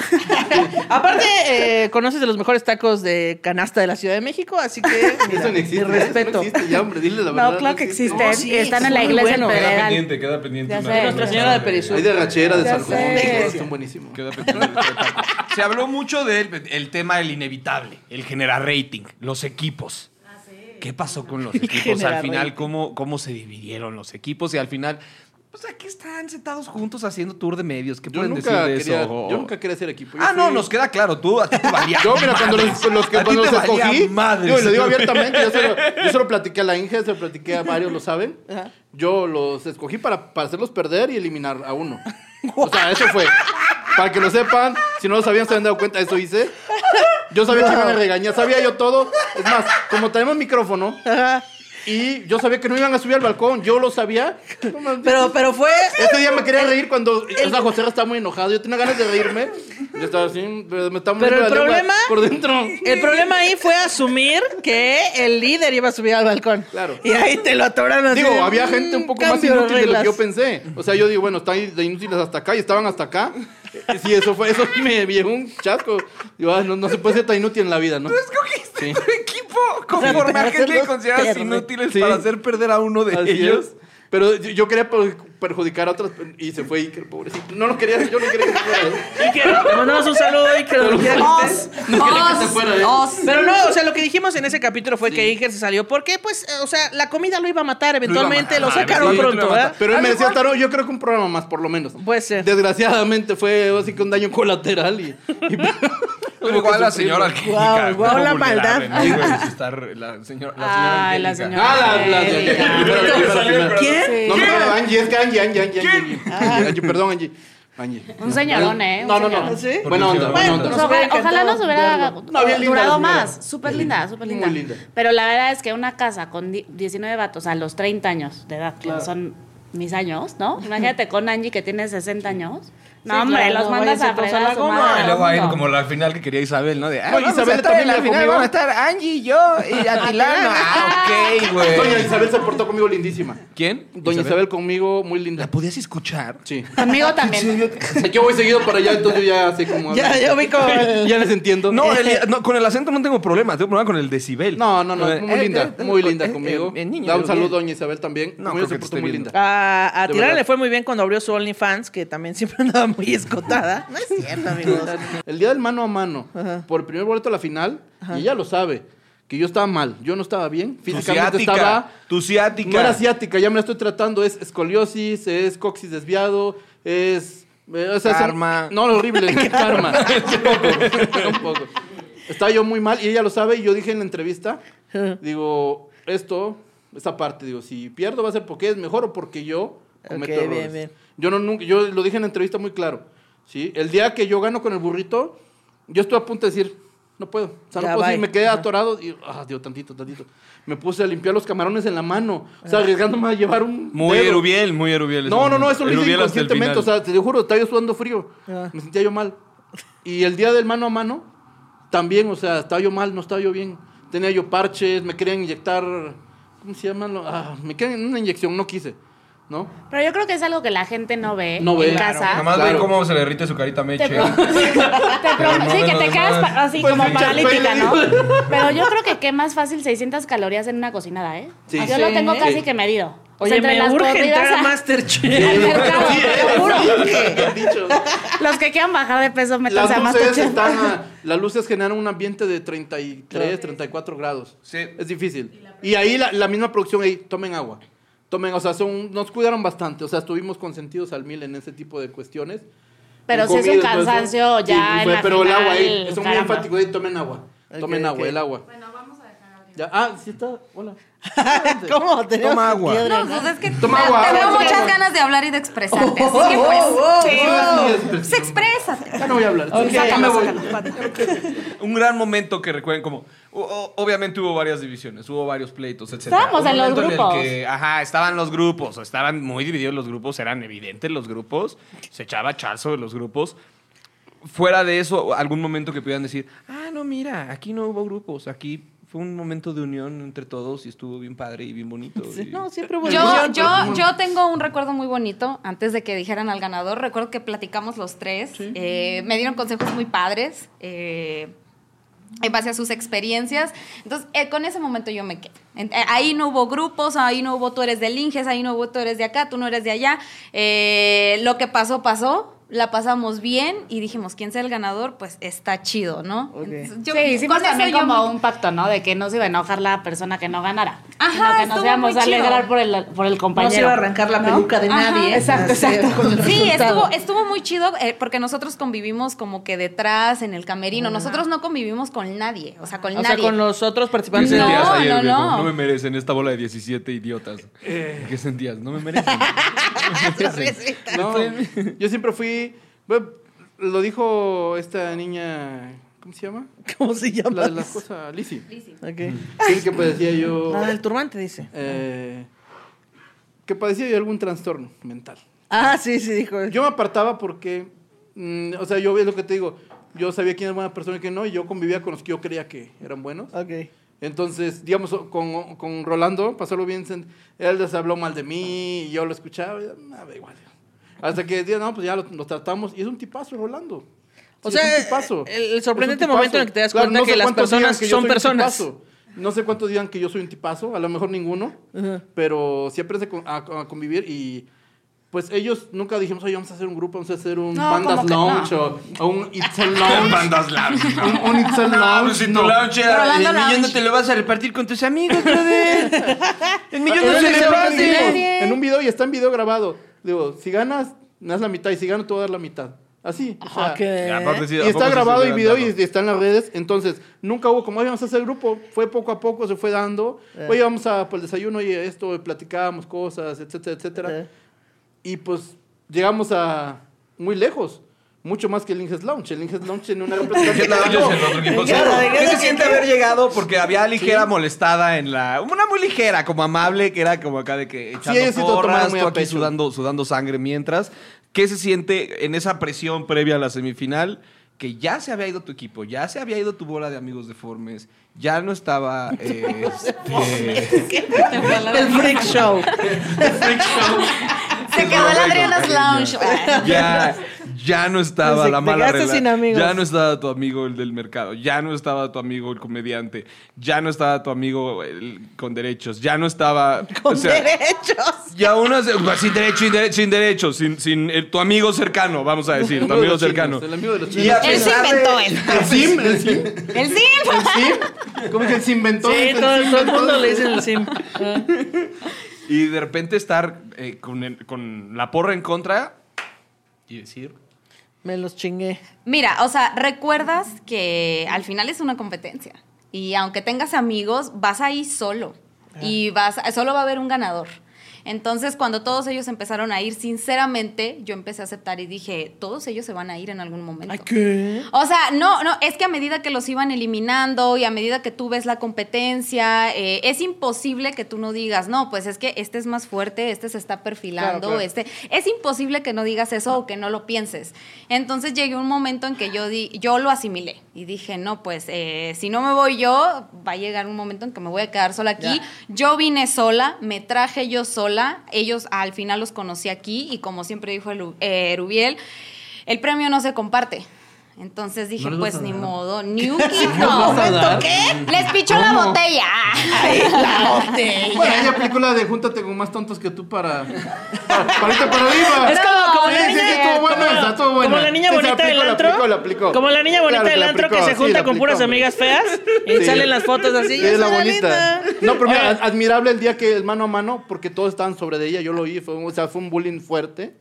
Aparte, eh, conoces de los mejores tacos de canasta de la Ciudad de México, así que. mira, Eso no existe. mi respeto. Eso no existe, ya, hombre, dile la verdad. claro que existen. No, sí, Están en la muy iglesia bueno. en Queda Pedregal. pendiente, queda pendiente. Ya una- sé. Nuestra Señora de Perisur. Hay de rachera, de Ya San Juan, sé. todos están buenísimos. Se habló mucho del el tema del inevitable, el generar rating, los equipos. ¿Qué pasó con los El equipos? Al generar final, rating. ¿cómo, ¿cómo se dividieron los equipos? Y al final, pues aquí están sentados juntos haciendo tour de medios. ¿Qué Yo pueden decir nunca, de quería, eso? yo nunca quería ser equipo. Yo Ah, no, fui- nos queda claro. Tú, a ti te valía Yo, mira, cuando madre. los, los que- A ti cuando te los valía escogí, madre. digo, y lo digo abiertamente, yo se lo, yo se lo platiqué a la Inge, se lo platiqué a varios, lo saben. Yo los escogí para, para hacerlos perder y eliminar a uno. O sea, eso fue. Para que lo sepan, si no lo sabían, se habían dado cuenta, eso hice. Yo sabía que me iban a regañar, sabía yo todo. Es más, como tenemos micrófono y yo sabía que no iban a subir al balcón, yo lo sabía. Pero, pero fue. Este día me quería reír cuando o sea, José estaba muy enojado. Yo tenía ganas de reírme. Yo estaba así, pero me estaba muriendo Pero el la lengua problema. por dentro. El problema ahí fue asumir que el líder iba a subir al balcón. Claro. Y ahí te lo atoraron así Digo, de, había mm, gente un poco más cambio de inútil de lo reglas. que yo pensé. O sea, yo digo, bueno, están de inútiles hasta acá y estaban hasta acá. Sí, eso fue, eso me llegó un chasco. Digo, ah, no, no se puede ser tan inútil en la vida, ¿no? Tú escogiste equipo conforme a gente que consideras inútiles para hacer perder a uno de ellos. Pero yo yo quería per- perjudicar a otras y se fue Iker, pobrecito. No lo quería, yo no quería que se fuera. Iker, te mandamos un saludo, Iker. Pero- ¿Quieres? Os, No quería que se fuera, ¿eh? os. Pero no, o sea, lo que dijimos en ese capítulo fue que Iker se salió porque, pues, eh, o sea, la comida lo iba a matar, eventualmente lo, sacaron pronto, ¿verdad? Pero él Al me decía, igual- Taro, yo creo que un programa más, por lo menos. Pues Desgraciadamente fue así que un daño colateral y. Pero igual la señora Angélica. Guau, guau, muy la vulnerable, maldad. ¿no? Iba a asustar la señora, la señora Ay, la Angélica. señora Ah, la- la- Angélica. la- la- la- la- la- la- ¿Quién? Sí. No, no, ¿Quién? no, Angie, es que Angie, Angie, Angie. Angie, Angie, Angie, perdón, Angie. Angie. Un señorón, ¿eh? Un No, no, señorón. ¿Ah, no. Buena onda, buena onda. Bueno, pues, ojalá, ojalá nos hubiera No, bien linda la durado señora. más. Súper linda, súper linda. Muy linda. Pero la verdad es que una casa con di- 19 vatos a los 30 años de edad, que Claro. son mis años, ¿no? Imagínate con Angie que tiene 60 años. No, Sí, hombre, claro, los no, mandas váyanse a todos a fregar la a su goma. madre. Y luego ahí como la final que quería Isabel, ¿no? De, ah, No, vamos a Isabel estar también en la iba final, conmigo. vamos a estar Angie, yo y Atilano. Ah, ok, güey. Doña Isabel se portó conmigo lindísima. ¿Quién? Doña Isabel conmigo, muy linda. ¿La podías escuchar? Sí. Conmigo también. Yo voy seguido para allá, entonces yo ya sé cómo. Ya, hablan. ya ubico el- Ya les entiendo. No, el- no, con el acento no tengo problema, tengo problema con el decibel. No, no, no, Eh, es muy eh, linda, eh, muy eh, linda eh, conmigo. eh, niño, da un bien. saludo a doña Isabel también. No, creo Conmigo se que te portó esté muy viendo. linda. Ah, A, a De Tirana verdad. le fue muy bien cuando abrió su OnlyFans, que también siempre andaba muy escotada. No es cierto, amigos. El día del mano a mano, por el primer boleto a la final, Ajá. y ella lo sabe, que yo estaba mal, yo no estaba bien, Tu físicamente ciática, estaba... tu ciática. No era ciática, ya me la estoy tratando, es escoliosis, es coxis desviado, es... eh, o sea, son- Karma. no, lo horrible, karma. un poco, un poco. Estaba yo muy mal y ella lo sabe y yo dije en la entrevista, digo, esto, esta parte, digo, si pierdo va a ser porque es mejor o porque yo cometo Ok, bien, errores. bien. Yo, no, nunca, yo lo dije en la entrevista muy claro, ¿sí? El día que yo gano con el burrito, yo estoy a punto de decir, no puedo. O sea, no Ya, puedo decir, bye. me quedé atorado y, ah, Dios, tantito, tantito. Me puse a limpiar los camarones en la mano. O sea, arriesgándome a llevar un. Muy dedo. Erubiel, muy Erubiel. No, no, no, eso lo hice Erubiel hasta el inconscientemente. final. O sea, te juro, estaba yo sudando frío. Ah. Me sentía yo mal. Y el día del mano a mano, también, o sea, estaba yo mal, no estaba yo bien. Tenía yo parches, me querían inyectar. ¿Cómo se llama? Lo- Ah, me querían una inyección, no quise. ¿No? Pero yo creo que es algo que la gente no ve No ve. en Claro, casa. Nada más Claro. ve cómo se le derrite su carita a meche. Te pro- te pro- Pero no sí, de que te los quedas demás. pa- así Pues como sí, paralítica, ¿no? pues, Chapel, digo. Pero yo creo que quemas fácil 600 calorías en una cocinada, ¿eh? Sí. yo lo Sí. tengo casi Sí. que medido. O sea, Oye, entre me las urge corridas entrar a a- Masterchef. Claro, Sí, te lo juro. Dicho. Los que quieran bajar de peso, métanse Las a luces Masterchef. están a Las luces generan un ambiente de 33, 34 grados. Es difícil. Y ahí la, la misma producción, ahí, tomen agua. Tomen, o sea, son, nos cuidaron bastante. O sea, estuvimos consentidos al mil en ese tipo de cuestiones. Pero En sí es un comidas, todo eso. cansancio Sí, ya en fue- la pero el agua ahí, final, eso muy caramba. enfático, ahí, tomen agua. Tomen Ok, agua, ok. el agua. Bueno, vamos a dejar Ah, sí está, hola. ¿Cómo? Tenemos Toma agua. sentido, No, Adriana. pues es que Toma te- agua, te veo agua, muchas agua. ganas de hablar y de expresarte. Oh, así que oh, pues, oh, sí, oh. pues, exprésate. Ya no voy a hablar. Ok, sácalo, sácalo. Un gran momento que recuerden como... o- o- obviamente hubo varias divisiones, hubo varios pleitos, etc. Estábamos en los grupos. ajá, estaban los grupos, estaban muy divididos los grupos, eran evidentes los grupos, se echaba chazo de los grupos. Fuera de eso, algún momento que pudieran decir, ah, no, mira, aquí no hubo grupos, aquí fue un momento de unión entre todos y estuvo bien padre y bien bonito. y- No, siempre hubo Yo, ilusión, pero yo, no. yo tengo un recuerdo muy bonito. Antes de que dijeran al ganador, recuerdo que platicamos los tres. Eh, me dieron consejos muy padres eh, en base a sus experiencias. Entonces, eh, con ese momento yo me quedo. En- eh, ahí no hubo grupos, ahí no hubo tú eres del Inges, ahí no hubo tú eres de acá, tú no eres de allá. Eh, lo que pasó, pasó. La pasamos bien y dijimos, ¿quién sea el ganador? Pues está chido, ¿no? Entonces, yo- sí, hicimos con eso también yo como me- un pacto, ¿no? De que no se iba a enojar la persona que no ganara. Ajá, sino que nos estuvo íbamos muy a chido. alegrar por el, por el compañero. No se iba a arrancar la peluca de nadie. ¿eh? Exacto, Así, exacto. con el Sí, resultado. estuvo, estuvo muy chido eh, porque nosotros convivimos como que detrás, en el camerino. Nosotros no convivimos con nadie, o sea, con O sea, nadie. con los otros ¿Qué participantes. sentías No, ayer, no, viejo? no. No me merecen esta bola de 17 idiotas. ¿Qué sentías? No me merecen. No me merecen. No, yo siempre fui. bueno, Lo dijo esta niña. ¿Cómo se llama? ¿Cómo se llama? La de las cosas. Lizzie. Lizzie. Ok. Sí, que padecía yo. La del turbante, dice. eh, que padecía yo algún trastorno mental. Ah, sí, sí, dijo. Yo me apartaba porque. mm, o sea, yo es lo que te digo. Yo sabía quién era buena persona y quién no, y yo convivía con los que yo creía que eran buenos. Ok. Entonces, digamos, con, con Rolando pasó algo bien. sen- Él les habló mal de mí y yo lo escuchaba. y, "Ah, da igual. Hasta que día no, pues ya lo, lo tratamos. Y es un tipazo, Rolando. O Sí, es sea, un tipazo. el- el Es un sorprendente tipazo. momento en el que te das cuenta que sé las cuántos personas digan que yo son soy un personas. tipazo. No sé cuántos digan que yo soy un tipazo, a lo mejor ninguno, pero sí aprendes a con- a, a convivir y pues ellos nunca dijimos, oye, vamos a hacer un grupo, vamos a hacer un No, Bandas como que Lounge no. o, o un It's a Lounge. Bandas Lounge. Un, un It's a Lounge. pues si tu no. lounge era- Rolando el millón no Lounge. te lo vas a repartir con tus amigos, brother. El millón Pero no él se le grabó en reparte. vivo, En un video y está en video grabado. Digo, si ganas, das la mitad. Y si gano, te voy a dar la mitad. Así. o sea, Ah, ¿qué? y Eh, Y aparte sí, ¿a poco está sí grabado se y hubieran video y está en las redes. Entonces, nunca hubo como, "Oye, vamos a hacer grupo. Fue poco a poco, se fue dando. Eh. Oye, vamos a por el desayuno y esto, y platicábamos cosas, etcétera, etcétera. Eh. Y pues llegamos a muy lejos. Mucho más que el Inges Lounge. El Inges Lounge tiene una ¿Qué representación. tal? Yo sé, el otro equipo. ¿Qué se siente haber llegado? Porque había ligera molestada en la. Una muy ligera, como amable, que era como acá de que echando ellos sí lo tomaron porras, muy tú a aquí pecho. sudando, sudando sangre mientras. ¿Qué se siente en esa presión previa a la semifinal? Que ya se había ido tu equipo, ya se había ido tu bola de amigos deformes, ya no estaba. eh, este, El freak show. Se quedó el Adriana's Lounge. ya, ya no estaba Te la mala quedaste regla. sin amigos. Ya no estaba tu amigo el del mercado. Ya no estaba tu amigo el comediante. Ya no estaba tu amigo el con derechos. Ya no estaba. Con o sea, derechos. Ya uno se- pues, sin derecho, sin derecho, sin derecho, sin, sin, eh, tu amigo cercano, vamos a decir, tu amigo de amigo los cercano. chinos, el amigo de los Y a chinos. Él se pesar de- inventó él. El sim, el sim. El sim. Como que se inventó. Sí, el todo, sim, todo el mundo entonces. le dice el sim. Y de repente estar eh, con, el- con la porra en contra y decir. Me los chingué. Mira, o sea, recuerdas que al final es una competencia. Y aunque tengas amigos, vas ahí solo. Ah. Y vas, solo va a haber un ganador. Entonces, cuando todos ellos empezaron a ir, sinceramente, yo empecé a aceptar y dije, todos ellos se van a ir en algún momento. ¿Qué? O sea, no, no, es que a medida que los iban eliminando y a medida que tú ves la competencia, eh, es imposible que tú no digas, no, pues es que este es más fuerte, este se está perfilando, Claro, claro. este. Es imposible que no digas eso o que no lo pienses. Entonces llegué un momento en que yo, di, yo lo asimilé y dije, no, pues eh, si no me voy yo, va a llegar un momento en que me voy a quedar sola aquí. Ya. Yo vine sola, me traje yo sola, ellos al final los conocí aquí y como siempre dijo el, eh, Rubiel, el premio no se comparte. Entonces dije, ¿No les vas a pues ni dar? modo, ni un ¿No quinto. les vas a dar? ¿Qué? Les pichó la ¿Cómo? botella. Bueno, hay película de Júntate con más tontos que tú para. Para irte para arriba. No, Sí, sí, sí, estuvo buena esa, estuvo buena. Como la niña Sí, se la bonita del aplicó, la antro. aplicó, la aplicó. Como la niña bonita Claro que del la antro que aplicó, se sí, junta la con puras aplicó. amigas feas y Sí. salen las fotos así. Sí, es la bonita. No, pero mira, Ahora- ad- admirable el día que el mano a mano, porque todos estaban sobre de ella, yo lo oí, fue, un- o sea, fue un bullying fuerte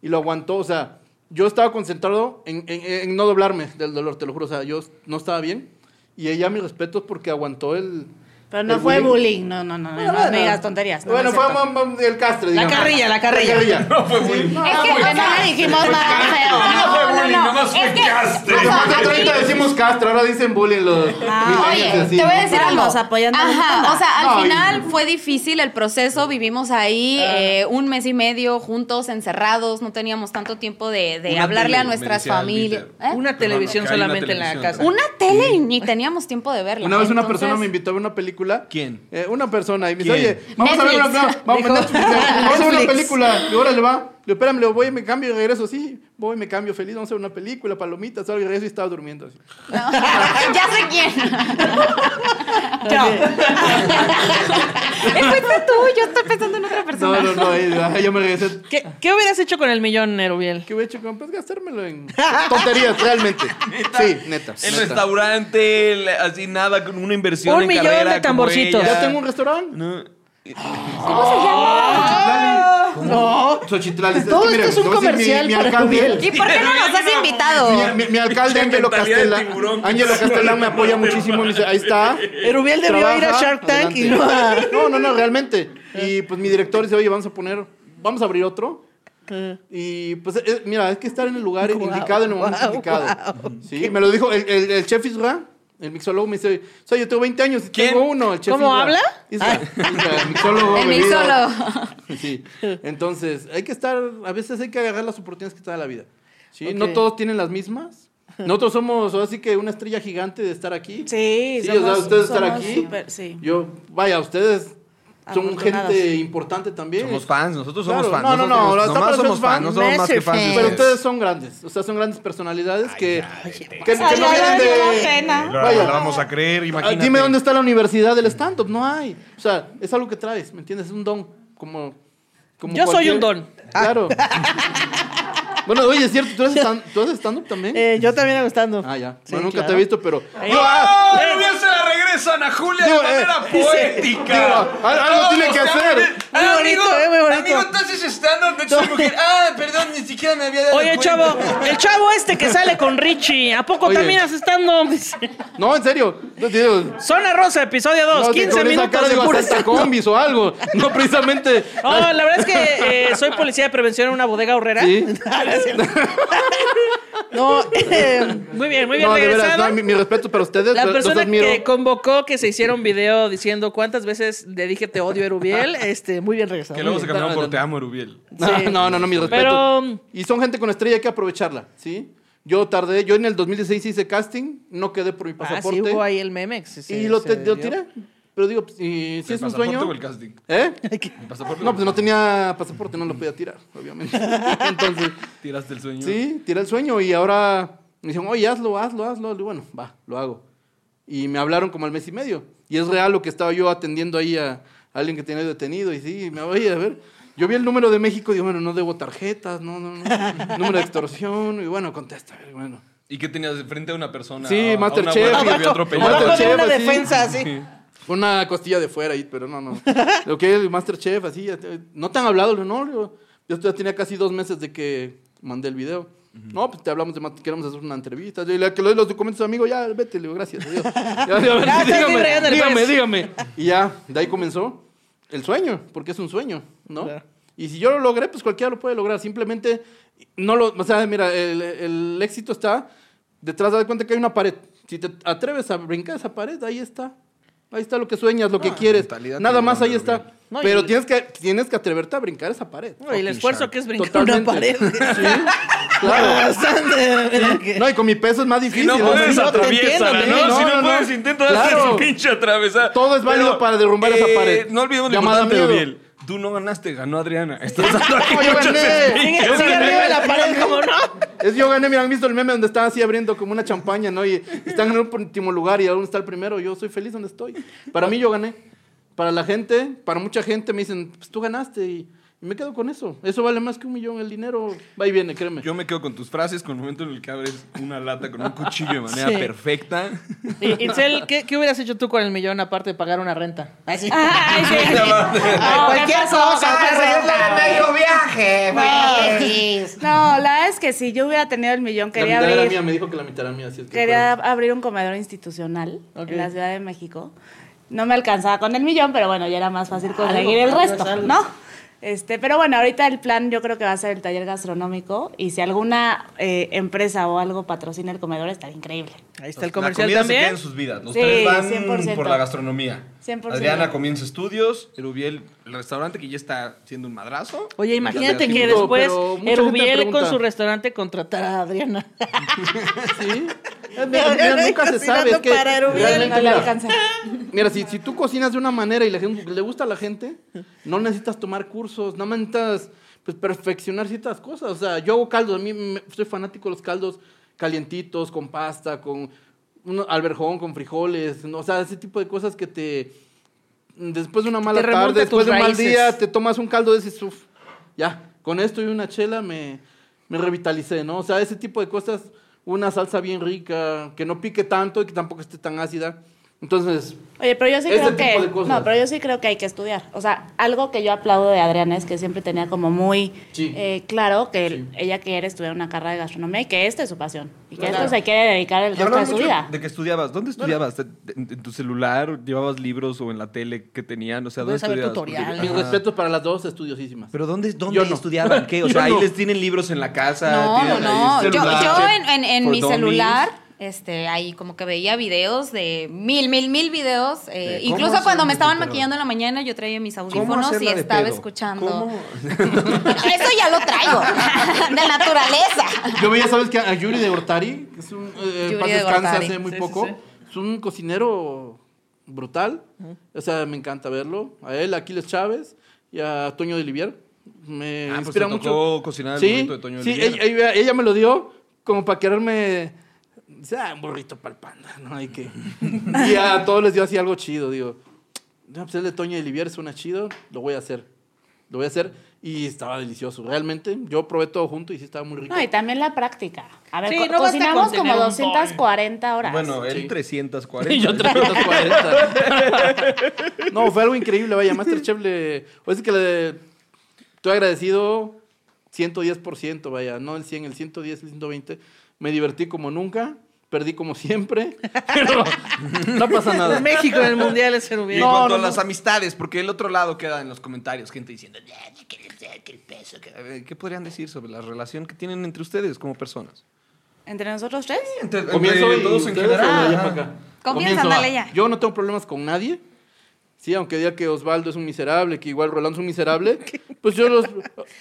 y lo aguantó, o sea, yo estaba concentrado en, en- en no doblarme del dolor, te lo juro, o sea, yo no estaba bien y ella, mis respetos, porque aguantó el... Pero no el fue bullying, no, no, no, no, Bueno, no bueno. digas tonterías. no, no Bueno, es fue cierto. mam- mam- el castre, digamos. carrilla, la carrilla. No fue bullying. Es que pues, no le dijimos nada feo. No, No, fue no, bullying, no. nomás fue Es que- castre. o sea, Después de 30 aquí- decimos castre, ahora dicen bullying los millennials y Oye, así, te voy a ¿no? decir Pero algo. los apoyando a la Ajá, banda. o sea, al No, y- final fue difícil el proceso. Vivimos ahí Ah. eh, un mes y medio juntos, encerrados. No teníamos tanto tiempo de, de Una hablarle tele, a me nuestras decía familias. ¿Eh? Una televisión solamente en la casa. Una tele y ni teníamos tiempo de verla. Una vez una Entonces- persona me invitó a ver una película. ¿Quién? una persona y me dice, ¿Quién? oye, vamos a ver una, Netflix. no, vamos, Dijo. Netflix, vamos a ver una Netflix. película. Y ahora le va. Le digo, espérame, le digo, voy, me cambio y regreso. Sí, voy, me cambio feliz, vamos a ver una película, palomitas, algo y regreso y estaba durmiendo así. ya sé quién. Es tú, yo estoy pensando en otra No, no, no, ahí va, yo me regresé. ¿Qué, qué hubieras hecho con el millón, Nerubiel? ¿Qué hubiera hecho con? Pues gastármelo en Tonterías, realmente. Sí, neta. El neta. restaurante, el- así nada, con una inversión. en carrera como ella. Ya tengo un restaurante. ¿Cómo Ah. se llama? No. Todo mira, esto es un te voy a decir, comercial mi, mi para alcalde, Uriel. ¿Y por qué no nos has invitado? Mi, mi- mi alcalde, La Ángelo mentalidad de Castela. tiburón. Ángelo Castela me apoya muchísimo. me dice, ahí está. Erubiel debió ir a Shark Tank y no a- No, no, no, realmente. Y pues mi director dice, oye, vamos a poner... Vamos a abrir otro. Y pues, eh, mira, es que estar en el lugar Guau, indicado, en el momento guau, indicado. guau. Sí, me lo dijo el, el, el chef Isra, el mixólogo, me dice, o sea, yo tengo 20 años y tengo uno, el chef ¿Cómo Isra. habla? Ah. Isra, Isra, el mixólogo. El bebido. mixólogo. Sí, entonces, hay que estar, a veces hay que agarrar las oportunidades que te da la vida. Sí, no Ok. todos tienen las mismas. Nosotros somos así que una estrella gigante de estar aquí. Sí, sí. o somos- sea, ustedes estar somos aquí. súper- sí. Yo, vaya, ustedes son Afortunados. gente importante también. Somos fans, nosotros somos Claro, fans. No, no, nosotros no, nomás estamos- somos fans, no somos más que fans. de Pero ustedes. ustedes son grandes, o sea, son grandes personalidades que, que, que Ay, no ya vienen valió de... la pena. Lo- Vaya. lo vamos a creer, Ah, imagínate. Dime dónde está la universidad del stand-up, no hay. O sea, es algo que traes, ¿me entiendes? Es un don, como... como Yo soy cualquier- un don. Claro. bueno, oye, es cierto, ¿tú haces stand- tú haces stand-up también? Eh, yo también hago stand-up. Ah, ya. Sí, Bueno, nunca te claro. he visto, pero... Ahí. Yo, ¡Ah! ah, ¡Rubio se la regresan a Julia Digo, de manera eh, poética! digo, al- algo Todos tiene que se hacer. abren. Muy Ah, bonito, amigo, eh, muy bonito. Amigo, entonces estando de soy mujer. Ah, perdón, ni siquiera me había dado Oye, cuenta. chavo, el chavo este que sale con Richie, ¿a poco Oye. también haces stand-up? No, en serio. No, digo, Zona Rosa, episodio 2, no, que 15 con esa cara minutos de digo, pura hasta stand-up. combis o algo. No precisamente... No, la verdad es que eh, soy policía de prevención en una bodega horrera. Sí. Ah, no es cierto. no, eh, muy bien, muy bien No, de regresado. veras, no, mi, mi respeto para ustedes. La los- los persona admiro. que convocó que se hiciera un video diciendo cuántas veces le dije te odio, Erubiel, este, muy bien regresado. Que muy luego se bien. cambiaron por Te amo, Rubiel. Sí. No, no, no, mi respeto. Pero- Y son gente con estrella, hay que aprovecharla, ¿sí? Yo tardé, yo en el 2016 hice casting, no quedé por mi Ah, pasaporte. sí, hubo ahí el meme. que se- se- y lo, se te- lo dio. tiré. Pero digo, pues, si, si ¿El es un pasaporte sueño. o el casting? ¿Eh? ¿El pasaporte? No, pues no tenía pasaporte, no lo podía tirar, obviamente. Entonces, Tiraste el sueño. sí, tiré el sueño y ahora me dijeron, oye, hazlo, hazlo, hazlo. Y bueno, va, lo hago. Y me hablaron como al mes y medio. Y es real lo que estaba yo atendiendo ahí a, a alguien que tenía detenido. Y sí, me oye, a ver. Yo vi el número de México y digo, bueno, no debo tarjetas, no, no, no. número de extorsión. Y bueno, contesta, a ver, bueno. ¿Y qué tenías de frente a una persona? Sí, a- a Masterchef. una abuela que había atropellado? Una costilla de fuera ahí, pero no, no. Lo que el Masterchef, así. ya te- No te han hablado, Le digo, no. le digo, Yo ya tenía casi dos meses de que mandé el video. No, pues te hablamos de ma- queremos hacer una entrevista. Yo le que le doy los documentos a amigo, ya, vete, le digo, gracias. Adiós. Ya, ya, estás libre, dígame, ándale, dígame, pues. dígame. Y ya, de ahí comenzó el sueño, porque es un sueño, ¿no? Y si yo lo logré, pues cualquiera lo puede lograr. Simplemente, no lo. O sea, mira, el, el éxito está detrás, de cuenta que hay una pared. Si te atreves a brincar esa pared, ahí está. Ahí está lo que sueñas, lo Ah, que quieres. Nada tiburón, más ahí pero está. No, y Pero el- tienes, que, tienes que atreverte a brincar esa pared. No, y el esfuerzo que es brincar Totalmente. una pared. Sí, claro. Sí. No, y con mi peso es más difícil. No puedes te atraviesa, entiendo, ¿no? sí. Si no puedes, intenta Claro. hacer un pinche atravesar. eh, Todo es válido para derrumbar esa pared. No olvidemos lo Llamada importante, miedo. Uriel. Tú no ganaste, ganó Adriana. Estás dando aquí No, yo muchas gané. espinas. Yo gané. como no. Es yo gané, mira, han visto el meme donde están así abriendo como una champaña, ¿no? Y están en el último lugar y aún está el primero. Yo soy feliz donde estoy. Para mí yo gané. Para la gente, para mucha gente me dicen, pues tú ganaste. Y, Y me quedo con eso. Eso vale más que un millón. El dinero va y viene, créeme. Yo me quedo con tus frases, con el momento en el que abres una lata con un cuchillo de manera Sí. perfecta. Y- Itzel, ¿qué, qué hubieras hecho tú con el millón aparte de pagar una renta? Ay, sí. Ay, sí. Eh, Ay, cualquier cosa. Para hacer la medio viaje. No. feliz. No, la verdad es que si yo hubiera tenido el millón, La quería mitad era abrir, mía, me dijo que la mitad era mía. Así es que quería abrir un comedor institucional Ok. en la Ciudad de México. No me alcanzaba con el millón, pero bueno, ya era más fácil conseguir el algo, resto, algo. ¿no? Este, pero bueno, ahorita el plan yo creo que va a ser el taller gastronómico y si alguna eh, empresa o algo patrocina el comedor estaría increíble. Ahí está el la comercial comida se también. queda en sus vidas. Los Sí, tres van 100%. por la gastronomía. 100%. Adriana comienza estudios, Erubiel, el restaurante que ya está siendo un madrazo. Oye, imagínate que después Erubiel con su restaurante contratara a Adriana. sí. Mira, mira, nunca se sabe. Es que para Erubiel. realmente, mira, Mira, si, si tú cocinas de una manera y la gente- le gusta a la gente, no necesitas tomar cursos, no necesitas pues, perfeccionar ciertas cosas. O sea, yo hago caldos, a mí me- soy fanático de los caldos calientitos, con pasta, con un alberjón, con frijoles, ¿no? o sea, ese tipo de cosas que te... Después de una mala remonta tarde, a tus después de un mal raíces. día, te tomas un caldo de ese uff, ya, con esto y una chela me, me revitalicé, ¿no? O sea, ese tipo de cosas, una salsa bien rica, que no pique tanto y que tampoco esté tan ácida. Entonces, Oye, pero yo sí Ese creo tipo que de cosas. no, pero yo sí creo que hay que estudiar. O sea, algo que yo aplaudo de Adriana es que siempre tenía como muy Sí. eh, claro que ella quiere estudiar una carrera de gastronomía y que esta es su pasión y que Claro. esto se quiere dedicar el Y resto de hablamos su mucho vida. de que estudiabas. ¿Dónde estudiabas? ¿En, en tu celular? ¿Llevabas libros o en la tele que tenían? O sea, ¿dónde Puedes saber estudiabas? tutoriales. Porque- Mis Ajá. respetos para las dos estudiosísimas. Pero ¿dónde, dónde Yo no. estudiaban? ¿Qué? O sea, Yo ahí no. les tienen libros en la casa. No, no, tienen ahí no. Yo, celular. yo en, en- en For mi dummies. celular, este, ahí como que veía videos de mil, mil, mil videos. Eh, eh, ¿cómo incluso hacer cuando la de me estaban pedo? maquillando en la mañana, yo traía mis audífonos y hacerla de estaba pedo? escuchando. Eso ya lo traigo, de naturaleza. Yo veía, ¿sabes que A Yuri de Gortari, que es un. eh, Yuri paz de descanse Gortari. hace muy Sí, sí, poco. sí. Es un cocinero brutal. O sea, me encanta verlo. A él, a Aquiles Chávez y a Toño de Olivier. Me Ah, pues inspira te mucho. tocó cocinar el burrito de Toño de sí, Olivier. ella, ella- ella me lo dio como para quererme. Dice, ah, un burrito para el panda, no hay que. y a todos les dio así algo chido, digo. No, pues el de Toño de Olivier suena chido, lo voy a hacer. Lo voy a hacer. Y estaba delicioso, realmente. Yo probé todo junto y sí estaba muy rico. No, y también la práctica. A ver, Sí, co- no basta cocinamos con como tener un 240 horas. Bueno, él Sí. 340. Y yo 340. No, fue algo increíble, vaya. Masterchef le. O es que le. Estoy agradecido 110%, vaya. No el 100, el 110, el 120. Me divertí como nunca. Perdí como siempre. Pero no pasa nada. México en el mundial es Y en Erubiel. cuanto a las amistades, porque el otro lado queda en los comentarios gente diciendo, "Ah, que el- que el peso, que-". A ver, ¿qué podrían decir sobre la relación que tienen entre ustedes como personas? ¿Entre nosotros tres? Comienzo y todos en ustedes general. o de allá Ah. para acá? Comienza, Comienzo, dale va. ya. Yo no tengo problemas con nadie. Sí, aunque diga que Osvaldo es un miserable, que igual Rolando es un miserable, pues yo los,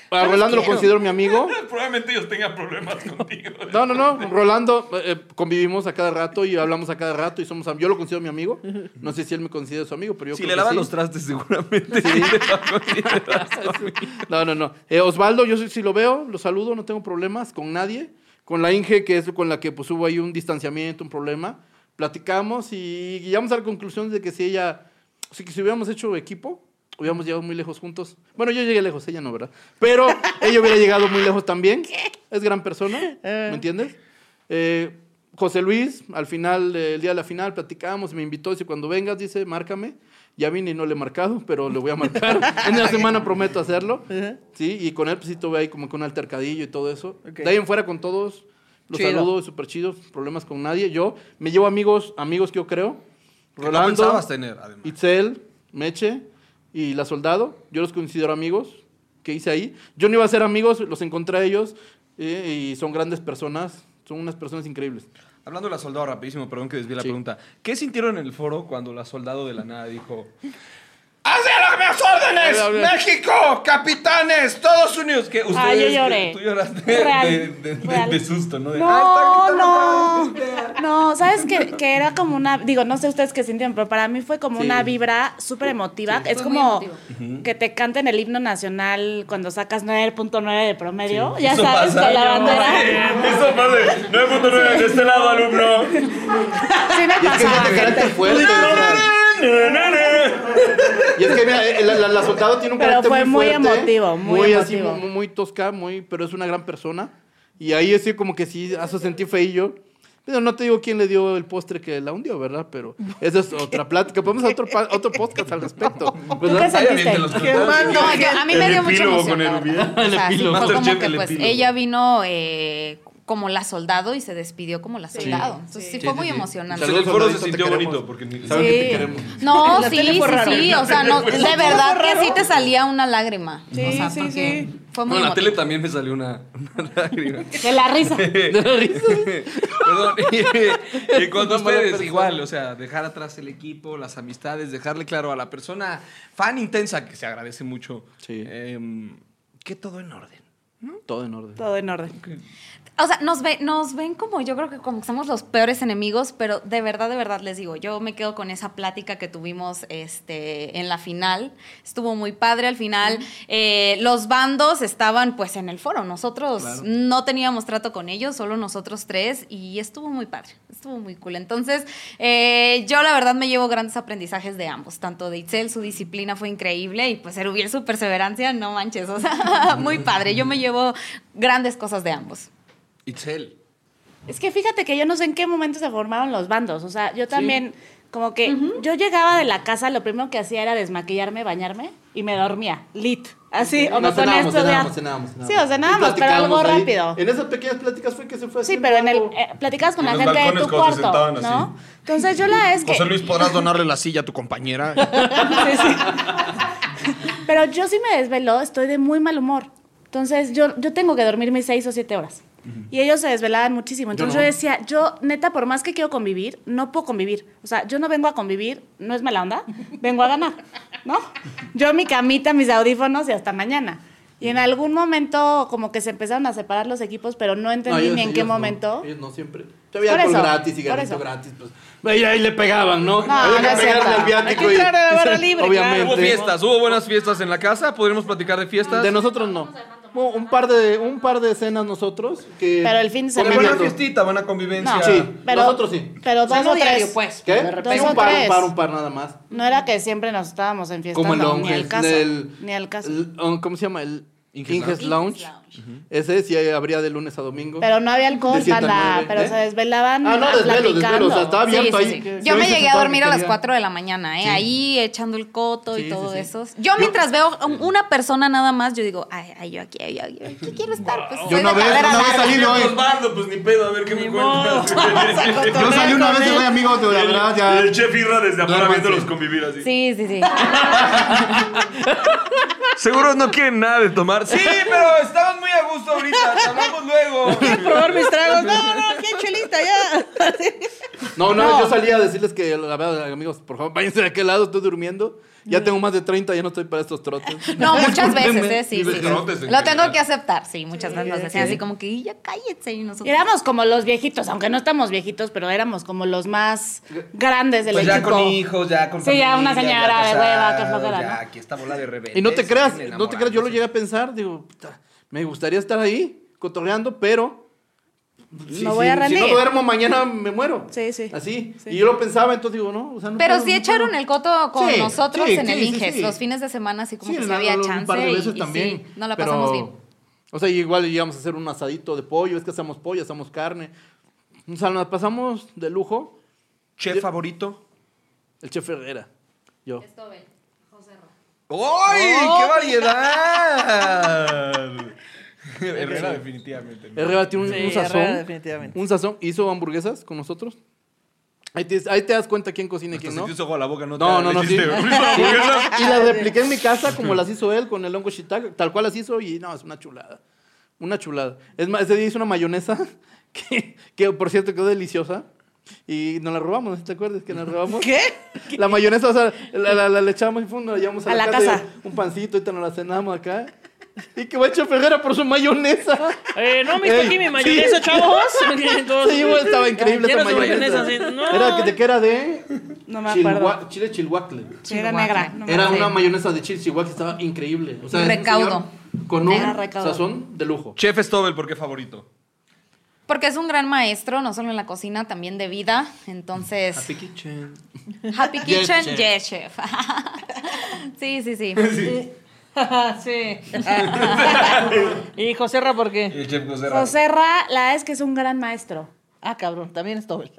a Rolando lo quiero. considero mi amigo. Probablemente ellos tengan problemas contigo. No, no, no. Rolando, eh, eh, convivimos a cada rato y hablamos a cada rato y somos am- Yo lo considero mi amigo. No sé si él me considera su amigo, pero yo Si creo le que lavan sí. los trastes, seguramente. No, no, no. Eh, Osvaldo, yo sí- si lo veo, lo saludo, no tengo problemas con nadie. Con la Inge, que es con la que pues, hubo ahí un distanciamiento, un problema. Platicamos y llegamos a la conclusión de que si ella, si, si hubiéramos hecho equipo, hubiéramos llegado muy lejos juntos. Bueno, yo llegué lejos, ella no, ¿verdad? Pero ella hubiera llegado muy lejos también. Es gran persona, ¿me entiendes? Eh, José Luis, al final, eh, el día de la final, platicamos, me invitó, dice, cuando vengas, dice, márcame. Ya vine y no le he marcado, pero le voy a marcar. en la semana prometo hacerlo. Sí, y con él pues sí tuve ahí como que un altercadillo y todo eso. Ok. De ahí en fuera con todos, los Chido. saludos súper chidos, problemas con nadie. Yo me llevo amigos, amigos que yo creo. Que no pensabas tener, además. Itzel, Meche y La Soldado. Yo los considero amigos que hice ahí. Yo no iba a ser amigos, los encontré a ellos eh, y son grandes personas. Son unas personas increíbles. Hablando de la soldado rapidísimo, perdón que desvié la pregunta. ¿Qué sintieron en el foro cuando la soldado de la nada dijo, ¡Hacia las órdenes! ¡México! ¡Capitanes! ¡Todos unidos! Que ustedes, Ah, yo lloré. Tú lloraste de, Real. de- de- de- Real. de susto, ¿no? De, No, no. No, ¿sabes que, que era como una. Digo, no sé ustedes qué sintieron, pero para mí fue como Sí. una vibra súper emotiva. Es Fue muy como emotivo. Ujú. que te canten el himno nacional cuando sacas 9.9 de promedio. Ya Eso sabes, pasa. con la bandera. Eso pasa. 9.9 de este lado, alumno. Sí me Y es que pasaba. tiene carácter fuerte, No, o sea. no, Y es que mira, el- la, la- la soldado tiene un Pero carácter fue muy fuerte, emotivo, muy así, emotivo. muy, muy tosca, muy, pero es una gran persona. Y ahí así como que sí hace sentir feillo. Pero no te digo quién le dio el postre que la hundió, ¿verdad? Pero esa es otra plática. Podemos hacer otro, pa- otro podcast al respecto. qué ¿Verdad? sentiste? Ay, el de los Qué soldados. mal, no, yo- a mí me dio mucha epílogo emoción, la O Erubiel. sea, sí, fue como Masterchef, que, el pues, epílogo. ella vino eh, como la soldado y se despidió como la Sí. soldado. Entonces sí, Sí, fue sí, muy sí. emocionante. Saludos, El foro se Soldadito, te sintió queremos. bonito porque ni Saben que te Sí. queremos. No, La sí, tele sí, fue raro. sí, o sea, no, de La tele fue verdad raro. que sí te salía una lágrima. Sí, o sea, sí, porque Fue Bueno, muy en la emotivo. tele también me salió una, una lágrima. De la risa. De la risa. Perdón. Y, y cuando Una mala ustedes, persona. igual, o sea, dejar atrás el equipo, las amistades, dejarle claro a la persona fan intensa, que se agradece mucho, em, que todo en orden. Todo en orden. Todo en orden. O sea, nos, ve- nos ven como, yo creo que como que somos los peores enemigos, pero de verdad, de verdad les digo, yo me quedo con esa plática que tuvimos este, en la final. Estuvo muy padre al final. Eh, los bandos estaban pues en el foro. Nosotros Claro. no teníamos trato con ellos, solo nosotros tres, y estuvo muy padre. Estuvo muy cool. Entonces, eh, yo la verdad me llevo grandes aprendizajes de ambos, tanto de Itzel, su disciplina fue increíble, y pues Erubiel, su perseverancia, no manches. O sea, muy padre. Yo me llevo grandes cosas de ambos. Itzel. Es que fíjate que yo no sé en qué momento se formaron los bandos. O sea, yo también, como que yo llegaba de la casa, lo primero que hacía era desmaquillarme, bañarme y me dormía. Lit. Así, o me ponía No, a cenábamos, estudiar. cenábamos, cenábamos, Sí, o cenábamos. cenábamos, Y pero algo platicábamos ahí. rápido. En esas pequeñas pláticas fue que se fue Sí, pero en el, eh, platicabas con En los la gente de balcones tu cuando se cuarto, sentaban ¿no? Entonces yo la es que... José Luis, ¿podrás donarle la silla a tu compañera? Pero yo sí me desvelo, estoy de muy mal humor. Entonces yo, yo tengo que dormir mis seis o siete horas. Y ellos se desvelaban muchísimo. Entonces yo, no. decía, yo neta, por más que quiero convivir, no puedo convivir. O sea, yo no vengo a convivir, no es mala onda, vengo a ganar, ¿no? Yo mi camita, mis audífonos y hasta mañana. Y en algún momento como que se empezaron a separar los equipos, pero no entendí ellos- ni en qué ellos no, momento. ellos no siempre. Yo había Por alcohol eso, gratis, por cigarrito eso. gratis, pues. Ahí, ahí le pegaban, ¿no? No, Había que no es pegarle cierto. al viático Hay que y- echar a la barra libre, Obviamente. Hubo fiestas, hubo buenas fiestas en la casa, podríamos platicar de fiestas. De nosotros no. Un un par de, un par de cenas nosotros que... Pero el fin de semana. Buena Comiendo. fiestita, buena convivencia. No, Sí, pero- nosotros sí. Pero dos no o tres. diario, pues, ¿Qué? de repente. Sí, Dos un o par, un tres. par, un par nada más. No era que siempre nos estábamos enfiestando. Como el lounge. ni al caso. del- ni al caso. el- um, ¿Cómo se llama? El Inges Inges Lounge. Lounge. Ese sí habría de lunes a domingo. Pero no había alcohol, De siete a banda, nueve, pero ¿eh? se desvelaban Ah, no, desvelo, platicando. desvelo, o sea, estaba Sí, abierto sí, ahí. sí. Que- Yo que me ahorita llegué se a puede dormir a las meter ya. 4 de la mañana, ¿eh? Sí. ahí echando el coto Sí, y sí, todo sí. eso. Yo mientras veo un- una persona nada más, yo digo, ay, ay, yo aquí, ay, yo aquí, aquí quiero estar. Pues, soy Yo de una vez, carrera una vez larga. salí eh. de hoy. pues ni pedo, a ver qué me cuentas. Yo salí una vez de hoy, amigo, de la verdad, ya. El chef Irra desde afuera viéndolos convivir así. Sí, sí, sí. Seguro no quieren nada de tomar. Sí, pero estamos muy a gusto ahorita. Hablamos luego. probar mis tragos. No, no, qué chelita ya. No, no, No. yo salía a decirles que, la verdad, amigos, por favor, váyanse de aquel lado, estoy durmiendo. Ya tengo más de 30, ya no estoy para estos trotes. No, muchas veces, Discúlpenme. ¿eh? Sí, sí. Lo tengo que aceptar, sí, muchas veces nos decían así como que, "Y ya cállense. Y nosotros. Éramos como los viejitos, aunque no estamos viejitos, pero éramos como los más grandes del Pues ya equipo. con hijos, ya con Sí, ya una familia, señora de hueva, casados, qué flojera, Ya, ¿no? aquí esta bola de rebeldes. Y no te creas, siguen no te creas, yo lo llegué a pensar, digo, puta, me gustaría estar ahí cotorreando, pero si, No voy a si- si rendir. no duermo mañana me muero. Sí, sí. Así. Y yo lo pensaba, entonces digo, no, o sea, no Pero puedo, sí no echaron puedo. el coto con Sí, nosotros sí, en el sí, sí, Inges, sí. los fines de semana, así como Sí, que si la- había la- chance. un par de y- veces y también. sí, no la pero- pasamos bien. O sea, igual llegamos a hacer un asadito de pollo, es que hacemos pollo, hacemos carne. O sea, nos pasamos de lujo. ¿Chef favorito? El chef Herrera. Yo. ¡Uy! ¡Qué variedad! Herrera, definitivamente. Herrera tiene un, Sí, un sazón. Herrera, definitivamente. Un sazón. Hizo hamburguesas con nosotros. Ahí te, ahí te das cuenta quién cocina y Hasta quién no. sentiste ojo a la boca, no te- No, no, le no, sí. hiciste Sí. unas hamburguesas. Y las repliqué en mi casa como las hizo él con el hongo shiitake, tal cual las hizo y no, es una chulada. Una chulada. Es más, ese día hizo una mayonesa que, que, por cierto quedó deliciosa y nos la robamos, ¿no ¿te acuerdas que nos robamos? ¿Qué? La mayonesa, o sea, la, la- la- la echamos y pum, nos la llevamos a, A la, la casa. casa. y Un pancito, ahorita nos la cenamos acá. Y que va a Ferreira por su mayonesa. Eh, ¿no viste aquí mi mayonesa, chavos? sí, güey, estaba increíble Quiero esa su mayonesa. mayonesa, sí. No. Era que te que era de No me acuerdo. Chilhua- chile chilhuacle. Sí, era negra. no me Era acuerdo. una mayonesa de chile chihuahua que estaba increíble. O sea, Recaudo. ese señor Con un Era recaudo. sazón de lujo. Chef Stobel, ¿por qué favorito? Porque es un gran maestro, no solo en la cocina, también de vida. Entonces. Happy Kitchen. Happy Yes, Kitchen, chef. yes, chef. sí, sí, sí. Sí. sí. y José Ra, ¿por qué? El chef José Ra. José Ra, la es que es un gran maestro. Ah, cabrón, también es Tobel.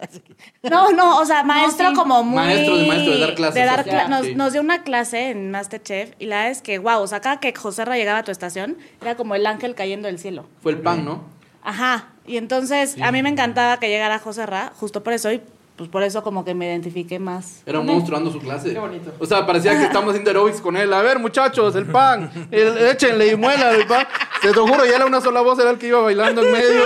No, no, o sea, maestro sí. como muy... Maestro de- maestro de dar clases, de dar o cla- sea, nos, sí. nos dio una clase en Masterchef y la es que, wow, o sea, cada que José Ra llegaba a tu estación, era como el ángel cayendo del cielo. Fue el pan, ¿no? Ajá, y entonces a mí me encantaba que llegara José Ra, justo por eso, y pues por eso como que me identifiqué más. Era un monstruo dando su clase. Qué bonito. O sea, parecía que estamos haciendo aeróbics con él. A ver, muchachos, el pan. el- échenle y muela el pan. Te lo juro, ya era una sola voz, era el que iba bailando en medio.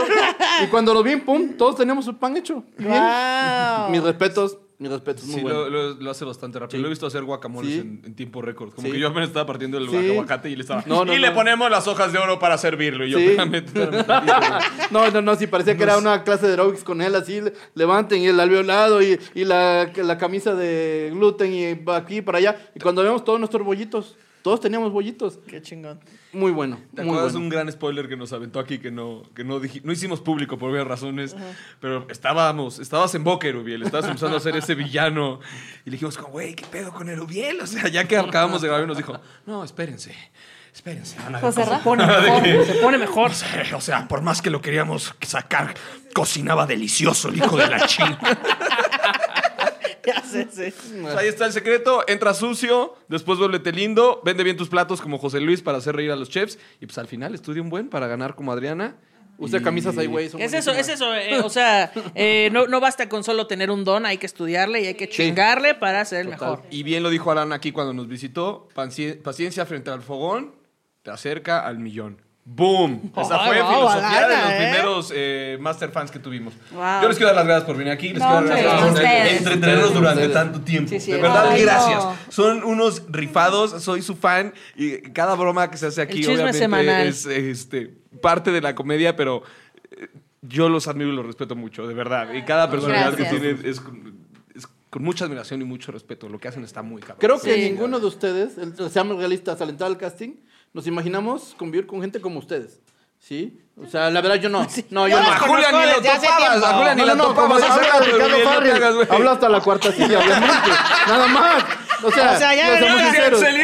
Y cuando lo vi, pum, todos teníamos su pan hecho. Y bien. Guau. Mis respetos, mis respetos. Muy Sí, bueno. lo, lo- lo hace bastante rápido. Lo he visto hacer guacamoles en, en tiempo récord. Como Sí. que yo apenas estaba partiendo el Sí. aguacate y le estaba. No, no, y le no. ponemos las hojas de oro para servirlo. Y yo, Sí. espérame, espérame tantito. No, no, no, sí, parecía que era una clase de aeróbics con él, así, le- levanten y el alveolado y, y la, la camisa de gluten y pa' aquí, para allá. Y cuando vemos todos nuestros bollitos, todos teníamos bollitos. Qué chingón. Muy bueno, ¿Te muy acuerdas bueno. un gran spoiler que nos aventó aquí que no, que no, dij- no hicimos público por varias razones? Pero estábamos, estabas en boca, Erubiel, estabas empezando a ser ese villano. Y le dijimos, como, güey, ¿qué pedo con Erubiel? O sea, ya que acabamos de grabar, nos dijo, no, espérense, espérense. van a ver José cosas". Ra. Se pone mejor, se pone mejor. O sea, por más que lo queríamos sacar, cocinaba delicioso el hijo de la china. Ya sé, sí. O sea, ahí está el secreto. Entra sucio, después vuélvete lindo, vende bien tus platos como José Luis para hacer reír a los chefs. Y pues al final estudia un buen para ganar como Adriana. Usa camisas ahí, güey, son Es eso, es eso. eh, o sea, eh, no, no basta con solo tener un don, hay que estudiarle y hay que chingarle para ser el mejor. Y bien lo dijo Alan aquí cuando nos visitó. Paci- Paciencia frente al fogón te acerca al millón. ¡Boom! Esa Ay, fue wow, filosofía de los Alana, ¿eh? primeros eh, Master Fans que tuvimos. Wow. Yo les quiero dar las gracias por venir aquí. Les No, quiero dar las hombre, gracias por ustedes. entretenernos durante Ustedes. tanto tiempo. sí. de verdad, Ay, no. gracias. Son unos rifados. Soy su fan. Y cada broma que se hace aquí, chisme obviamente, semanal. es este, parte de la comedia, pero eh, yo los admiro y los respeto mucho, de verdad. Y cada personalidad que Gracias. tienen es con- es con mucha admiración y mucho respeto. Lo que hacen está muy cabrón. Creo que ninguno de ustedes, el- seamos realistas, al entrar al casting, nos imaginamos convivir con gente como ustedes. ¿Sí? O sea, la verdad yo no. No, yo Yo no. a Julia ni la topabas, a Julia ni No, la no, no, topabas. como habla Sácate, Ricardo Gabriel, no te Farrell, hagas, güey. habla hasta la cuarta silla, obviamente. Nada más. O sea, O sea, ya ya somos verás, sinceros. el-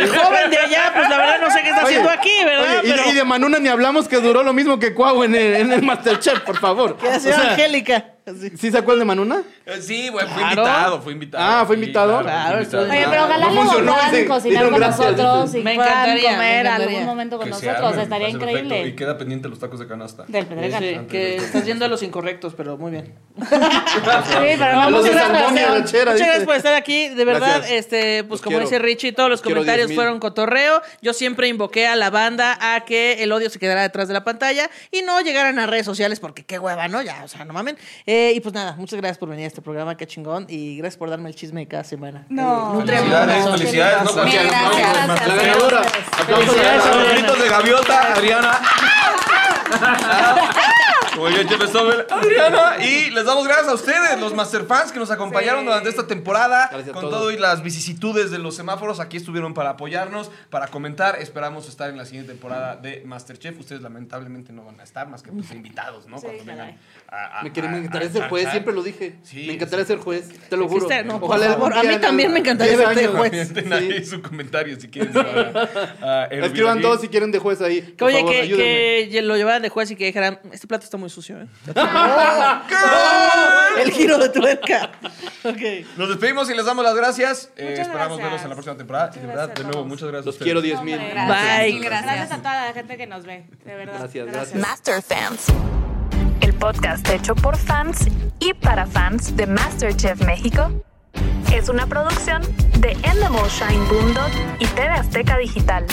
el joven de allá, pues, la verdad, no sé qué está haciendo aquí, ¿verdad? oye, y- Pero- y, de Manuna ni hablamos que duró lo mismo que Cuau en el, en el Masterchef, por favor. ¿Qué hace O sea, Angélica? ¿Sí se acuerdan de Manuna? Eh, Sí, güey, fue Claro. invitado, fue invitado. Ah, ¿fue invitado? Claro, Oye, pero ojalá No luego funcionó puedan ese- cocinar dieron con gracias. nosotros y Me puedan encantaría, me comer encantaría. algún momento con Que se nosotros. arme, Estaría me parece perfecto. increíble. Y queda pendiente los tacos de canasta. Del Pedregal. Sí, que estás yendo a los incorrectos, pero muy bien. pero no, muchas los de gracias, San Antonio, Ranchera, por- muchas dice. gracias por estar aquí. De verdad, Gracias. este, pues Los como quiero. dice Richie, todos los Los quiero comentarios 10,000. fueron cotorreo. Yo siempre invoqué a la banda a que el odio se quedara detrás de la pantalla y no llegaran a redes sociales porque qué hueva, ¿no? Ya, o sea, no mamen. Eh, y pues nada, muchas gracias por venir a este programa, qué chingón. Y gracias por darme el chisme de cada semana. No. Eh, nutre mi Felicidades, corazón. felicidades, no cualquiera. Mil No, gracias. La ganadora. Aplausos. Felicidades, Los Adriana. gritos de gaviota, Adriana. Como yo, Chef Stover, Adriana. Y les damos gracias a ustedes, los Masterfans que nos acompañaron durante esta temporada. Gracias a con todos. todo y las vicisitudes de los semáforos, aquí estuvieron para apoyarnos, para comentar. Esperamos estar en la siguiente temporada de Masterchef. Ustedes lamentablemente no van a estar más que pues, invitados, ¿no? Cuando vengan a- a- Me, quería, a- me encantaría a ser juez, charchar. siempre lo dije. me encantaría ser juez, te lo juro. Existe, no, por Ojalá favor. algún A mí día, también ¿no? me encantaría 10 verte años. juez. Comenten ahí Pues, Sí. su comentario si quieren. a- a Elvira Escriban Gil. todos si quieren de juez ahí. Que por oye, favor, que, ayúdenme. que lo llevaran de juez y que dijeran, este plato está muy sucio, ¿eh? El giro de tuerca. Ok. Nos despedimos y les damos las gracias. Eh, Muchas esperamos gracias. verlos en la próxima temporada. Y de verdad, de nuevo, muchas gracias. a Los ustedes. quiero 10,000. Hombre, Bye. Gracias a toda la gente que nos ve, de verdad. Gracias, Master Fans, el podcast hecho por fans y para fans de MasterChef México, es una producción de Endemol Shine Boom Dot y TV Azteca Digital.